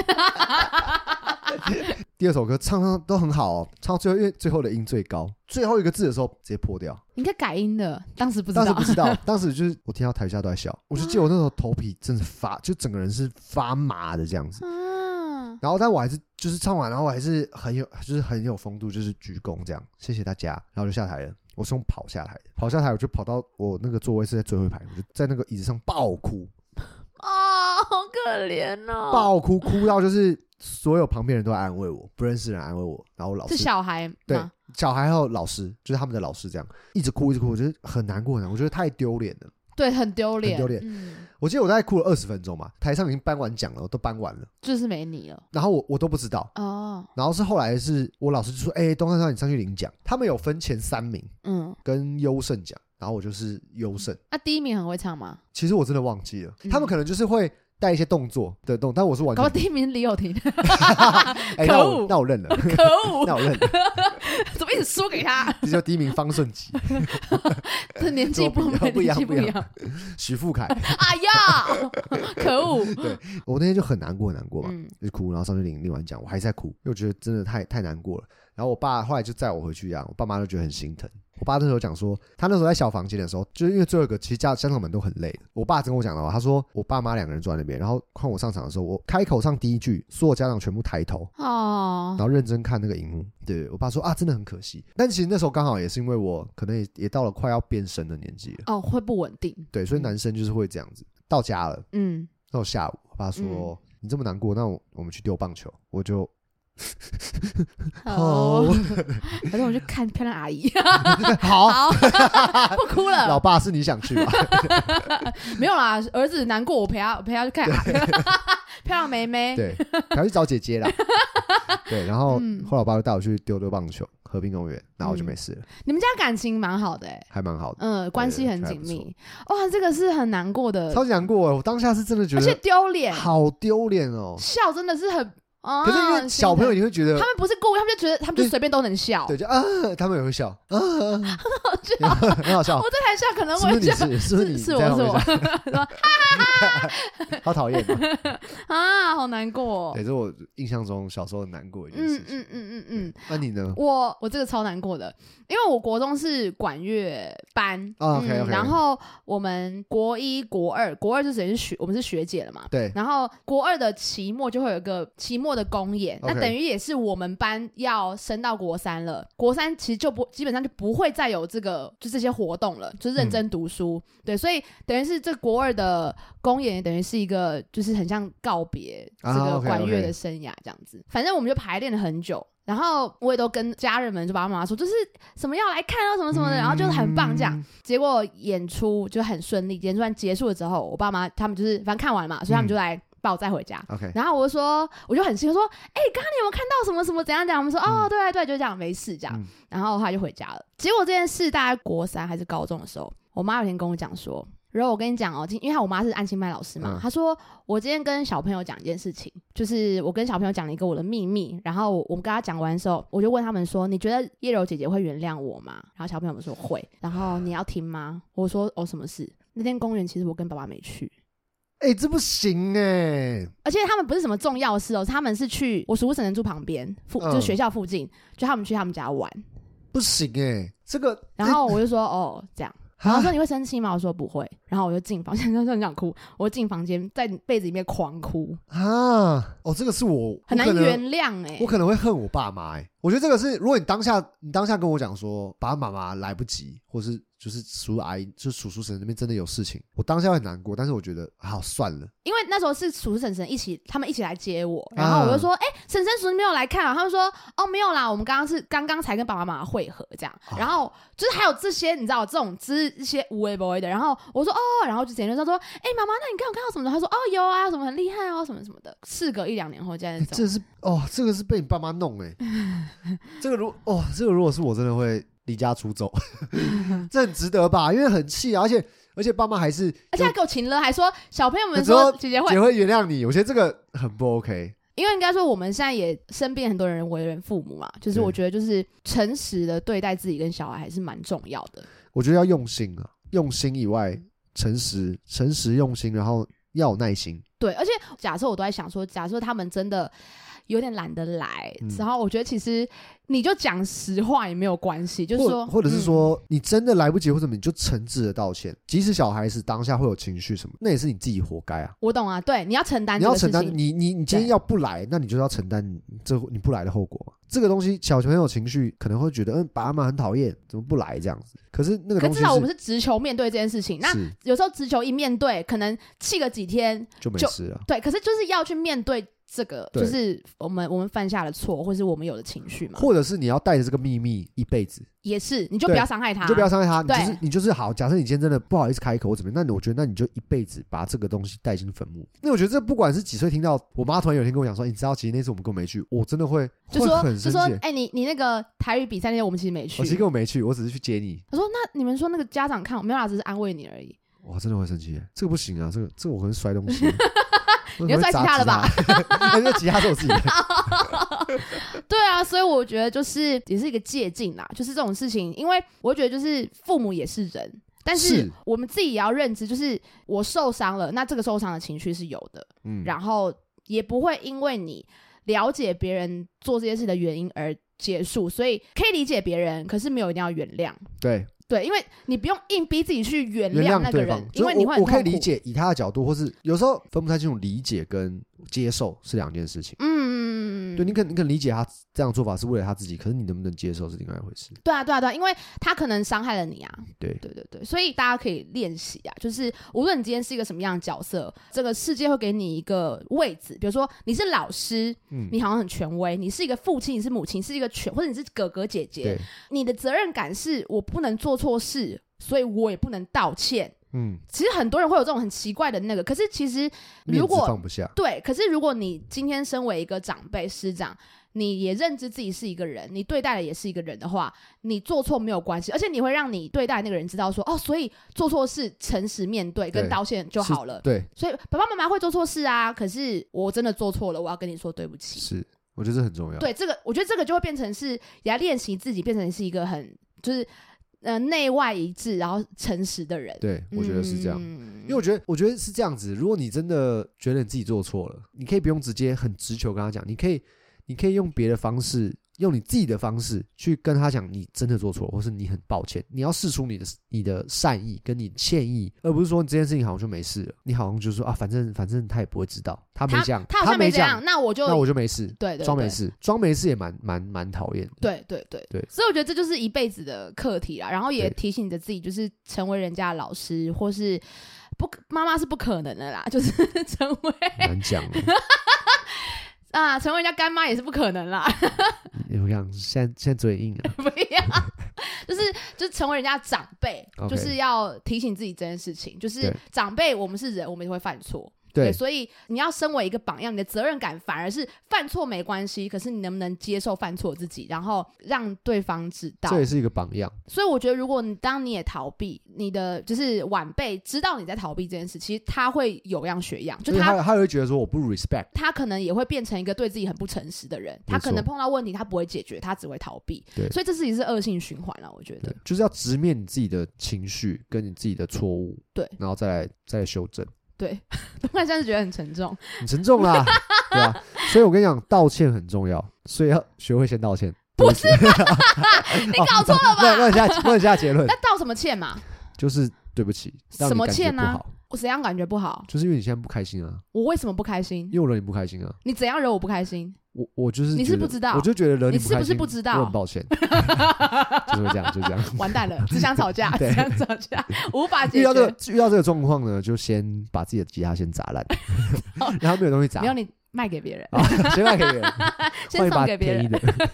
C: 第二首歌唱唱都很好哦，唱到最后因为最后的音最高，最后一个字的时候直接破掉，
B: 应该改音的，当时不知
C: 当时
B: 道
C: 不，知 道，当时就是我听到台下都在笑，我就记得我那时候头皮真的发，就整个人是发麻的这样子。
B: 啊，
C: 然后但我还是就是唱完，然后我还是很有，就是很有风度，就是鞠躬这样，谢谢大家，然后就下台了。我是用跑下台的，跑下台我就跑到我那个座位是在最后一排，我就在那个椅子上爆哭，
B: 哦，好可怜哦，
C: 爆哭哭到就是所有旁边人都在安慰我，不认识的人安慰我，然后我老
B: 是
C: 师
B: 小孩吗
C: 对小孩还有老师，就是他们的老师这样一直哭一直哭，我觉得很难过很难过，我觉得太丢脸了。
B: 对，很丢脸，
C: 很丢脸
B: 嗯
C: 我记得我大概哭了二十分钟嘛，台上已经颁完奖了，都颁完了，
B: 就是没你了
C: 然后我我都不知道。
B: 哦，
C: 然后是后来是我老师就说：“哎、东汉少你上去领奖。”他们有分前三名
B: 嗯，
C: 跟优胜奖，然后我就是优胜。
B: 那、第一名很会唱吗？
C: 其实我真的忘记了，
B: 嗯
C: 他们可能就是会带一些动作的动，但我是完
B: 搞
C: 全
B: 第一名李 友廷，
C: 哎、那
B: 可恶
C: 我那我认了，
B: 可恶，
C: 那我认了，
B: 怎么一直输 给他？
C: 这就第一名方顺 吉、
B: 这年纪不
C: 这不一
B: 年
C: 样
B: 纪
C: 不
B: 不
C: 一
B: 一
C: 样
B: 样。
C: 徐富凯。
B: 哎 呀，可恶！
C: 我那天就很难过，很难过嘛，
B: 嗯
C: 就哭，然后上去领领完奖，我还是在哭，因为我觉得真的太太难过了。然后我爸后来就载我回去一样，我爸妈就觉得很心疼。我爸那时候讲说，他那时候在小房间的时候，就是因为最后一个其实家香港们都很累。我爸跟我讲的话，他说我爸妈两个人坐在那边，然后看我上场的时候，我开口上第一句，所有家长全部抬头，
B: 哦
C: 然，后认真看那个荧幕。对我爸说啊，真的很可惜。但其实那时候刚好也是因为我可能也也到了快要变身的年纪了，
B: 哦，会不稳定。
C: 对，所以男生就是会这样子。到家了，
B: 嗯，
C: 到下午，我爸说：“你这么难过，那我我们去丢棒球。”我就
B: 好，
C: 哦
B: 反正我去看漂亮 阿姨。
C: 好，
B: 好，不哭
C: 啊老
B: 了，
C: 爸是你想去 吧？
B: 没有啦，儿子难过，我陪他陪他去看阿姨 漂亮妹妹。
C: 对，赶去找姐 姐啦。对，然后
B: 嗯
C: 后来我爸就带我去丢丢棒球，和平公园，然后我就没事了，
B: 你们家感情蛮好的、欸，
C: 还蛮好的，
B: 嗯，关系很紧密。哇，这个是很难过的，
C: 超级难过。欸我当下是真的觉
B: 呃而且
C: 得
B: 丢脸，
C: 好丢脸哦。
B: 笑真的是很啊。
C: 可是因为小朋友
B: 心
C: 你会觉
B: 疼，
C: 得
B: 他。们不是故意，他们就觉得他们就随便都能笑。
C: 对，就啊，他们也会笑，啊，很
B: 笑
C: 好笑，很好笑
B: 我，在台下可能
C: 是不
B: 会
C: 是你
B: 这样。
C: 是是不是你
B: 是
C: 在
B: 我
C: 旁
B: 是
C: 边
B: 我
C: 笑，好讨厌哦。
B: 啊，好难过、哦。
C: 对，这是我印象中小时候很难过的一件
B: 嗯
C: 事情。
B: 嗯嗯嗯嗯，
C: 那你呢？
B: 我我这个超难过的，因为我国中是管乐班，
C: 哦，OK，OK，OK
B: 嗯，然后我们国一、国二，国二就等于是学我们是学姐了嘛，
C: 对，
B: 然后国二的期末就会有一个期末的公演
C: OK
B: 那等于也是我们班要升到国三了。国三其实就不基本上就不会再有这个就这些活动了，就是认真读书。
C: 嗯
B: 对，所以等于是这国二的公演，等于是一个就是很像告别这
C: 啊
B: 个
C: OK，OK
B: 管乐的生涯这样子。反正我们就排练了很久。然后我也都跟家人们就爸爸妈妈说，就是什么要来看啊，什么什么的，然后就很棒这样。
C: 嗯。
B: 结果演出就很顺利，演出完结束了之后，我爸妈他们就是反正看完嘛，所以他们就来把我载回家。
C: OK，
B: 然后我就说，我就很兴奋说，哎、刚刚你有没有看到什么什么怎样怎样？我们说，哦，对对对，就这样，没事这样。
C: 嗯
B: 然后后来就回家了。结果这件事大概国三还是高中的时候，我妈有一天跟我讲说，然后我跟你讲哦，今因为我妈是安心麦老师嘛，
C: 嗯
B: 她说我今天跟小朋友讲一件事情，就是我跟小朋友讲了一个我的秘密，然后我们跟他讲完的时候，我就问他们说，你觉得叶柔姐姐会原谅我吗？然后小朋友们说会，然后你要听吗？我说哦，什么事？那天公园其实我跟爸爸没去，
C: 哎、这不行哎、
B: 而且他们不是什么重要的事哦，他们是去我叔叔婶婶住旁边附，
C: 嗯
B: 就是学校附近，就他们去他们家玩。
C: 不行哎、这个
B: 然后我就说、哦这样，然后
C: 啊
B: 说，你会生气吗？我说不会。然后我就进房间，那时 候很想哭，我就进房间在被子里面狂哭，
C: 啊，哦，这个是我
B: 很难
C: 我可能
B: 原谅哎、
C: 我可能会恨我爸妈哎、我觉得这个是，如果你当下你当下跟我讲说爸爸妈妈来不及，或是就是叔叔阿姨，就是叔叔婶那边真的有事情，我当下会很难过，但是我觉得好、算了，
B: 因为那时候是叔叔婶婶一起，他们一起来接我，然后
C: 啊
B: 我就说，哎、婶婶叔叔没有来看啊，他们说哦没有啦，我们刚刚是刚刚才跟爸爸妈妈会合这样，
C: 啊
B: 然后就是还有这些你知道这种之一些无为不为的，然后我说哦，然后就简就他说，哎、妈妈，那你刚有看到什么的？他说哦有啊，什么很厉害哦，什么什么的。事隔一两年后，现在
C: 哎
B: 是这
C: 这
B: 种，
C: 是哦，这个是被你爸妈弄 哎、这个如哦，这个如果是我真的会离家出走， 这很值得吧？因为很气啊，而且而且爸妈还是
B: 而且还给我请了，还说小朋友们
C: 那时候
B: 说姐姐会
C: 也，会原谅你，我觉得这个很不 OK。
B: 因为应该说我们现在也身边很多人为人父母嘛，就是
C: 对
B: 我觉得就是诚实的对待自己跟小孩还是蛮重要的。
C: 我觉得要用心啊，用心以外，诚实、诚实、用心，然后要有耐心。
B: 对，而且假设我都在想说，假设他们真的有点懒得来，
C: 嗯
B: 然后我觉得其实你就讲实话也没有关系，就是
C: 或
B: 说，
C: 或者是
B: 嗯、
C: 说、你真的来不及，或者你就诚挚的道歉。即使小孩子当下会有情绪什么，那也是你自己活该啊。
B: 我懂啊，对，你要承担
C: 你
B: 这
C: 要
B: 个事
C: 承担，
B: 情，
C: 你你你今天
B: 对
C: 要不来，那你就要承担你这你不来的后果嘛。这个东西，小朋友情绪可能会觉得，嗯，爸妈很讨厌，怎么不来这样子？可是那个
B: 可
C: 东
B: 至
C: 西
B: 少我们
C: 是
B: 是直球面对这件事情。那
C: 是
B: 有时候直球一面对，可能气个几天，
C: 就没
B: 就
C: 事了。
B: 对，可是就是要去面对这个，
C: 对
B: 就是我们我们犯下的错，或是我们有的情绪嘛，
C: 或者是你要带着这个秘密一辈子，
B: 也是，你就
C: 对
B: 不要伤害他，
C: 你就不要伤害他，你
B: 啊对
C: 就是你就是好。假设你今天真的不好意思开口或怎么样，那我觉得那你就一辈子把这个东西带进坟墓。那我觉得这不管是几岁听到，我妈突然有一天跟我讲说，哎你知道，其实那次我们跟我没去，我真的会
B: 就
C: 会
B: 说
C: 很生
B: 就说，
C: 气
B: 哎、。你你那个台语比赛那天我们其实没去
C: 我其，实跟我没去，我只是去接你，
B: 他说那你们说那个家长看我没有啦，只是安慰你而已，
C: 哇，真的会生气耶，这个不行啊，这个这个我可能摔东 西，我可能
B: 你就
C: 会
B: 摔
C: 砸
B: 吉他了吧
C: 吉他？ 那吉他是我自己 的，
B: 对啊，所以我觉得就是也是一个借鉴啦，就是这种事情，因为我觉得就是父母也是人。但是
C: 是
B: 我们自己也要认知，就是我受伤了，那这个受伤的情绪是有的，
C: 嗯，
B: 然后也不会因为你了解别人做这些事的原因而结束，所以可以理解别人，可是没有一定要原谅。
C: 对，
B: 对，因为你不用硬逼自己去原
C: 原谅
B: 那个
C: 对方
B: 人，，
C: 就
B: 因
C: 是
B: 为你
C: 我
B: 会很
C: 我可以
B: 痛苦
C: 理。解，以他的角度，或是有时候分不太清楚理解跟接受是两件事情。
B: 嗯，
C: 对你可你可能理解他这样做法是为了他自己，可是你能不能接受是另外一回事。
B: 对啊，对啊，对啊，因为他可能伤害了你啊，
C: 对，
B: 对对对，所以大家可以练习啊，就是无论你今天是一个什么样的角色，这个世界会给你一个位置，比如说你是老师，
C: 嗯，
B: 你好像很权威，你是一个父亲，你是母亲，是一个权，或者你是哥哥姐姐，
C: 对，
B: 你的责任感是我不能做错事，所以我也不能道歉。
C: 嗯，
B: 其实很多人会有这种很奇怪的那个，可是其实
C: 面子
B: 如果
C: 放不下，
B: 对，可是如果你今天身为一个长辈师长，你也认知自己是一个人，你对待的也是一个人的话，你做错没有关系，而且你会让你对待那个人知道说，哦，所以做错事诚实面对跟
C: 对
B: 道歉就是好了。
C: 对，
B: 所以爸爸妈妈会做错事啊，可是我真的做错了，我要跟你说对不起。
C: 是，啊我觉得这很重要。，
B: 对这个，我觉得这个就会变成是也要练习自己变成是一个很就是呃内外一致，然后诚实的人。
C: 对，我觉得是这样。
B: 嗯
C: 因为我觉得，我觉得是这样子。如果你真的觉得你自己做错了，你可以不用直接很直球跟他讲，你可以，你可以用别的方式，用你自己的方式去跟他讲，你真的做错了，或是你很抱歉。你要试出你的你的善意跟你歉意，而不是说这件事情好像就没事了，你好像就说啊，反正反正他也不会知道，他没
B: 他
C: 讲，
B: 他好像
C: 没
B: 这样，
C: 讲，
B: 那我就
C: 那我就没事，
B: 对对
C: 装没
B: 对
C: 事，装没事也蛮蛮蛮讨厌的。
B: 对对对
C: 对
B: 所以我觉得这就是一辈子的课题啦。然后也
C: 对
B: 提醒着自己，就是成为人家的老师，或是不可妈妈是不可能的啦， 就是成为
C: 难讲哦。
B: 啊、成为人家干妈也是不可能啦，
C: 你我讲，现在现在嘴硬啊，
B: 不要，就是就是成为人家长辈
C: OK
B: 就是要提醒自己这件事情，就是
C: 对
B: 长辈我们是人，我们也会犯错。
C: 对，
B: 所以你要身为一个榜样，你的责任感反而是犯错没关系，可是你能不能接受犯错自己，然后让对方知道，
C: 这也是一个榜样。
B: 所以我觉得，如果你当你也逃避，你的就是晚辈知道你在逃避这件事，其实他会有样学样，就
C: 所以
B: 他
C: 他他会觉得说我不 respect，
B: 他可能也会变成一个对自己很不诚实的人，
C: 错
B: 他可能碰到问题他不会解决，他只会逃避
C: 对，
B: 所以这事情是恶性循环了，我觉得
C: 对，就是要直面你自己的情绪跟你自己的错误，
B: 对
C: 然后再来再来修正，
B: 对。 我看现在是觉得很沉重，
C: 很沉重啦，对吧、所以我跟你讲，道歉很重要，所以要学会先道歉。不是，
B: 你搞错了
C: 问
B: 吧？
C: 问一下问一下结论，
B: 那道什么歉嘛？
C: 就是对不起，让
B: 什
C: 你
B: 么
C: 感觉
B: 歉
C: 不
B: 啊
C: 好，
B: 我怎样感觉不好？
C: 就是因为你现在不开心啊，
B: 我为什么不开心
C: 因？为我惹你不开心啊，
B: 你怎样惹我不开心？
C: 我我就是
B: 你是
C: 觉得
B: 不知道
C: 我就觉得惹
B: 你
C: 不
B: 是
C: 开心，
B: 不是不知道
C: 我很抱歉，就是会这样，就这样。
B: 完蛋了，只想吵架，
C: 对
B: 只想吵架，无法解
C: 遇到这
B: 决。
C: 个遇到这个状况呢，就先把自己的吉他先砸 烂， 然后没有东西砸
B: 没，有你卖给别人，
C: 啊，先卖给 别人，
B: 先送给别人
C: 便宜。的。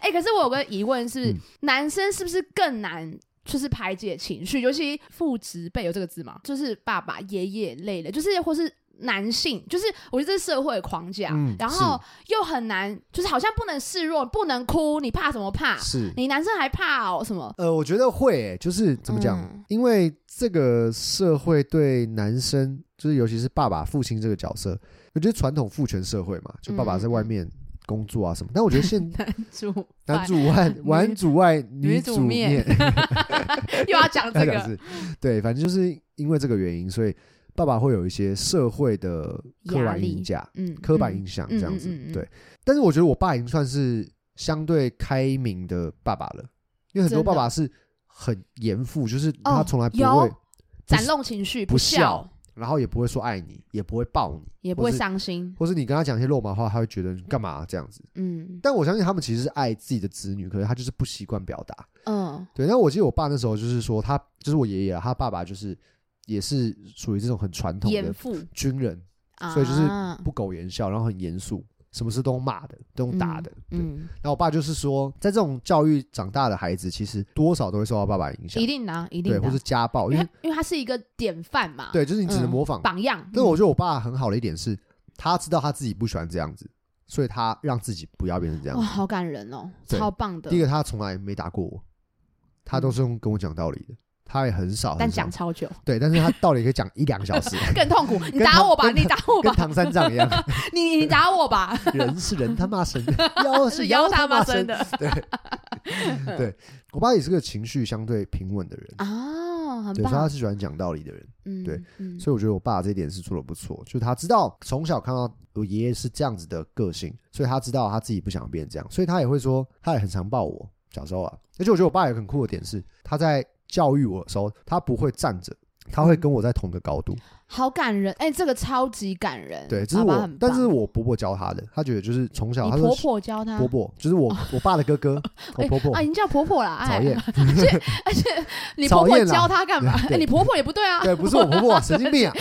B: 哎、可是我有个疑问是，
C: 嗯
B: 男生是不是更难就是排解情绪，尤其父职辈有这个字吗？就是爸爸、爷爷类的，就是或是男性，就是我觉得这是社会框架，
C: 嗯
B: 然后又很难，就是好像不能示弱，不能哭，你怕什么怕？
C: 是，
B: 你男生还怕哦什么？
C: 呃，我觉得会欸、就是怎么讲、
B: 嗯
C: 因为这个社会对男生，就是尤其是爸爸、父亲这个角色，我觉得传统父权社会嘛，就
B: 嗯
C: 爸爸在外面工作啊什么，但我觉得 现
B: 主
C: 男 主外、男主外、
B: 女主
C: 主
B: 面 又要讲
C: 他
B: 这
C: 讲
B: 个
C: 是，对，反正就是因为这个原因，所以爸爸会有一些社会的刻
B: 压
C: 板
B: 力
C: 印价，
B: 嗯
C: 刻板印象这样子。
B: 嗯嗯嗯嗯
C: 对，但是我觉得我爸已经算是相对开明的爸爸了，因为很多
B: 真的
C: 爸
B: 哦
C: 爸是很严父，就是他从来不会，
B: 有展露情绪，
C: 不
B: 笑
C: 笑然后也不会说爱你，也不会抱你，
B: 也不会
C: 或是
B: 伤心，
C: 或是你跟他讲一些肉麻话，他会觉得你干嘛啊这样子。
B: 嗯
C: 但我相信他们其实是爱自己的子女，可是他就是不习惯表达。
B: 嗯
C: 对，那我记得我爸那时候就是说他，就是我爷爷啊，他爸爸就是也是属于这种很传统的
B: 严父
C: 军人，
B: 啊
C: 所以就是不苟言笑，然后很严肃，什么事都用骂的，都用打的。对
B: 嗯，
C: 然后我爸就是说，在这种教育长大的孩子，其实多少都会受到爸爸影响
B: 一，定的啊，一定
C: 对，
B: 的
C: 或
B: 啊
C: 是，家暴，因
B: 因为
C: 为
B: 他因为他是一个典范嘛，，
C: 对，就是你
B: 嗯
C: 只能模仿。
B: 榜样。嗯
C: 但我觉得我爸很好的一点是，他知道他自己不喜欢这样子，所以他让自己不要变成这样
B: 哇，
C: 子。
B: 好感人哦，
C: 对
B: 超棒的嗯
C: 第一。个，他从来没打过我，他都是用跟我讲道理的，他也很少，
B: 但
C: 很少
B: 讲超久，
C: 对，但是他道理可以讲一两个小时，
B: 更痛苦。你
C: 跟
B: 打
C: 唐
B: 我吧，
C: 跟
B: 你打我
C: 跟
B: 吧，
C: 唐三藏一样，
B: 你你打我吧，
C: 人是人他妈神，妖 是
B: 妖
C: 他
B: 妈
C: 神
B: 生。的
C: 对，对我爸也是个情绪相对平稳的人，
B: 啊，很
C: 对，所以他
B: 棒。
C: 是喜欢讲道理的人，
B: 嗯，
C: 对
B: 嗯，
C: 所以我觉得我爸这一点是做的不错，就是他知道从小看到我爷爷是这样子的个性，所以他知道他自己不想变这样，所以他也会说，他也很常抱我小时候啊，而且我觉得我爸有个很酷的点是，他在教育我的时候，他不会站着。他
B: 嗯
C: 会跟我在同一个高度，
B: 好感人，哎，这个超级感人。
C: 对，这是
B: 嗯爸爸
C: 我
B: 很，
C: 但
B: 棒
C: 是我婆婆教他的，他觉得就是从小，
B: 你
C: 他说
B: 婆婆教他
C: 婆婆就是我我爸的哥哥，我
B: 嗯哦哎
C: 婆婆
B: 啊，你叫婆婆啦，
C: 讨
B: 哎，
C: 厌，
B: 而且你
C: 讨
B: 婆婆
C: 厌啦
B: 教他干嘛？
C: 对
B: 哎你婆婆也不对啊，
C: 对，不是我婆婆，神经病啊！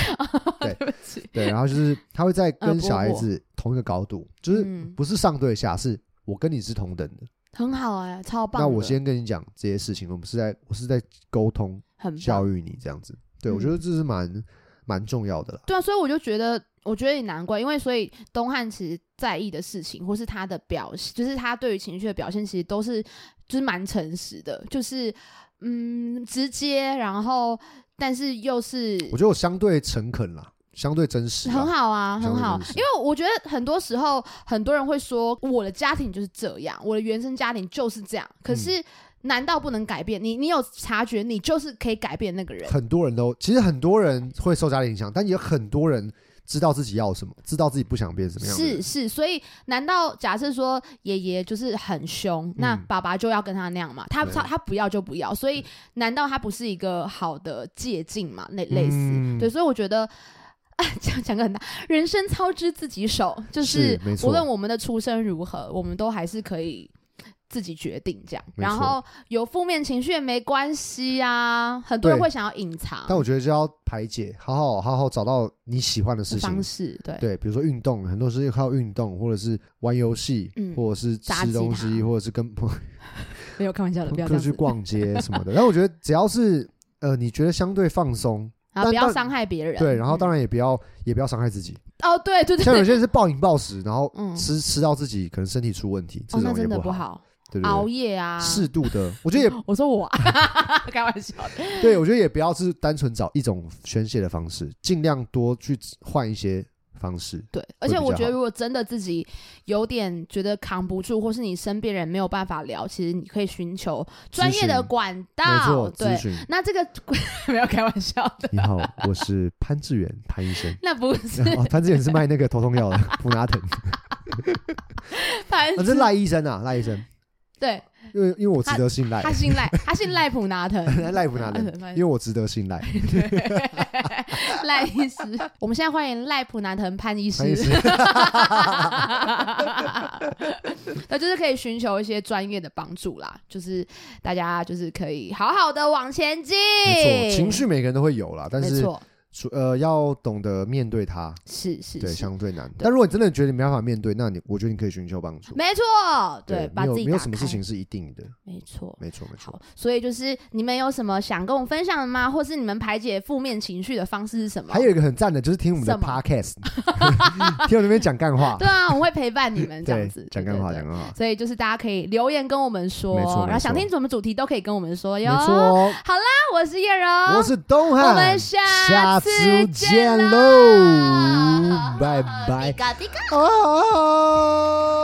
B: 对不起，
C: 对，然后就是他会在
B: 呃
C: 跟
B: 婆
C: 小孩
B: 婆
C: 子同一个高度，就是
B: 嗯
C: 不是上对下，是我跟你是同等的。
B: 很好哎，超棒
C: 那
B: 的。
C: 我先跟你讲这些事情，我们是在我是在沟通
B: 很棒
C: 教育你这样子。对，我觉
B: 嗯
C: 得这是蛮蛮重要的啦。
B: 对啊，所以我就觉得，我觉得也难怪，因为所以东汉其实在意的事情，或是他的表现，就是他对于情绪的表现，其实都是就是蛮诚实的，就是嗯直接，然后但是又是
C: 我觉得我相对诚恳啦，相对真实啦，
B: 很好啊，
C: 相
B: 很
C: 对
B: 好
C: 真。实
B: 因为我觉得很多时候很多人会说，我的家庭就是这样，我的原生家庭就是这样，可是。难道不能改变你？你有察觉，你就是可以改变那个人。
C: 很多人都其实很多人会受家里影响，但也很多人知道自己要什么，知道自己不想变什么样的人。
B: 是是，所以难道假设说爷爷就是很凶，那
C: 嗯
B: 爸爸就要跟他那样嘛？他
C: 对
B: 他他不要就不要，所以难道他不是一个好的借鉴嘛？类类似、
C: 嗯
B: 对，所以我觉得。 啊，讲讲个很大，人生操之自己手，就是
C: 没错
B: 无论我们的出身如何，我们都还是可以自己决定这样。
C: 没
B: 然
C: 错
B: 后有负面情绪也没关系啊，很多人
C: 对
B: 会想要隐藏
C: 但我觉得就要排解，好好好好找到你喜欢的事情
B: 方，式，对，
C: 对，比如说运动，很多是靠运动，或者是玩游戏，
B: 嗯
C: 或者是
B: 炸
C: 吃
B: 鸡
C: 东
B: 塔
C: 西，或者是 跟朋
B: 没有开玩笑的，不要
C: 友就
B: 这样
C: 去
B: 子，
C: 逛街什么的。但我觉得只要是呃，你觉得相对放松，
B: 然
C: 但
B: 后不要
C: 但
B: 伤害别人。
C: 对，然后
B: 嗯
C: 当然也不要也不要伤害自己。
B: 哦，对 对对，
C: 像有些人是暴饮暴食，然后
B: 嗯
C: 吃吃到自己可能身体出问题，这
B: 哦，那
C: 种也
B: 真的
C: 好，
B: 好，
C: 对
B: 熬
C: 对对。
B: 夜啊，
C: 适度的，我觉得
B: 我说我啊， 开玩笑的，
C: 也对，我觉得也不要是单纯找一种宣泄的方式，尽量多去换一些方式。
B: 对，而
C: 会
B: 且
C: 比
B: 我
C: 较
B: 觉得
C: 好
B: 如果真的自己有点觉得扛不住，或是你身边人没有办法聊，其实你可以寻求专业的
C: 询
B: 管
C: 没
B: 道，
C: 错，咨
B: 对。
C: 询。
B: 那这个 没有开玩笑的，
C: 你 好，我是潘志远，潘医生。
B: 那 不是
C: 哦，他之前是卖那个头痛药 的普拿疼，
B: 反
C: 啊，这
B: 正
C: 是赖医生啊，赖医生，
B: 对
C: 因为因为我值得信赖
B: 他，信赖，他信赖普拿腾，
C: 赖普拿疼， 因 为我值得信赖，
B: 赖医师，我们现在欢迎赖普拿腾潘医
C: 潘医
B: 师
C: 师，，
B: 那就是可以寻求一些专业的帮助啦，就是大家就是可以好好的往前进，
C: 没错，情绪每个人都会有啦，但
B: 没
C: 是
B: 错，
C: 除呃要懂得面对它，
B: 是是
C: 对，
B: 是，
C: 相对难。但如果你真的觉得你没办法面对，那你我觉得你可以寻求帮助，
B: 没错，对，
C: 没
B: 把
C: 有
B: 自己
C: 没
B: 打
C: 有
B: 开，
C: 什么事情是一定的，
B: 没错。
C: 没错没错
B: 好。，所以就是你们有什么想跟我分享的吗？或是你们排解负面情绪的方式是什么？
C: 还有一个很赞的，就是听我们的
B: 什么
C: podcast，听 我那边讲干话
B: 对，啊，我们会陪伴你 们这样
C: 对
B: 子，，
C: 讲
B: 对
C: 干话，
B: 对
C: 讲干话，
B: 所以就是大家可以留言跟我们说
C: 没错，
B: 然后想
C: 没错
B: 听什么主题都可以跟我们说
C: 没
B: 哟。
C: 错哦。
B: 那我是叶柔，
C: 我是东汉，
B: 我们下
C: 下
B: 次
C: 次
B: 见
C: 见
B: 啦
C: 喽，拜拜
B: 嘎滴嘎。
C: 啊！嗯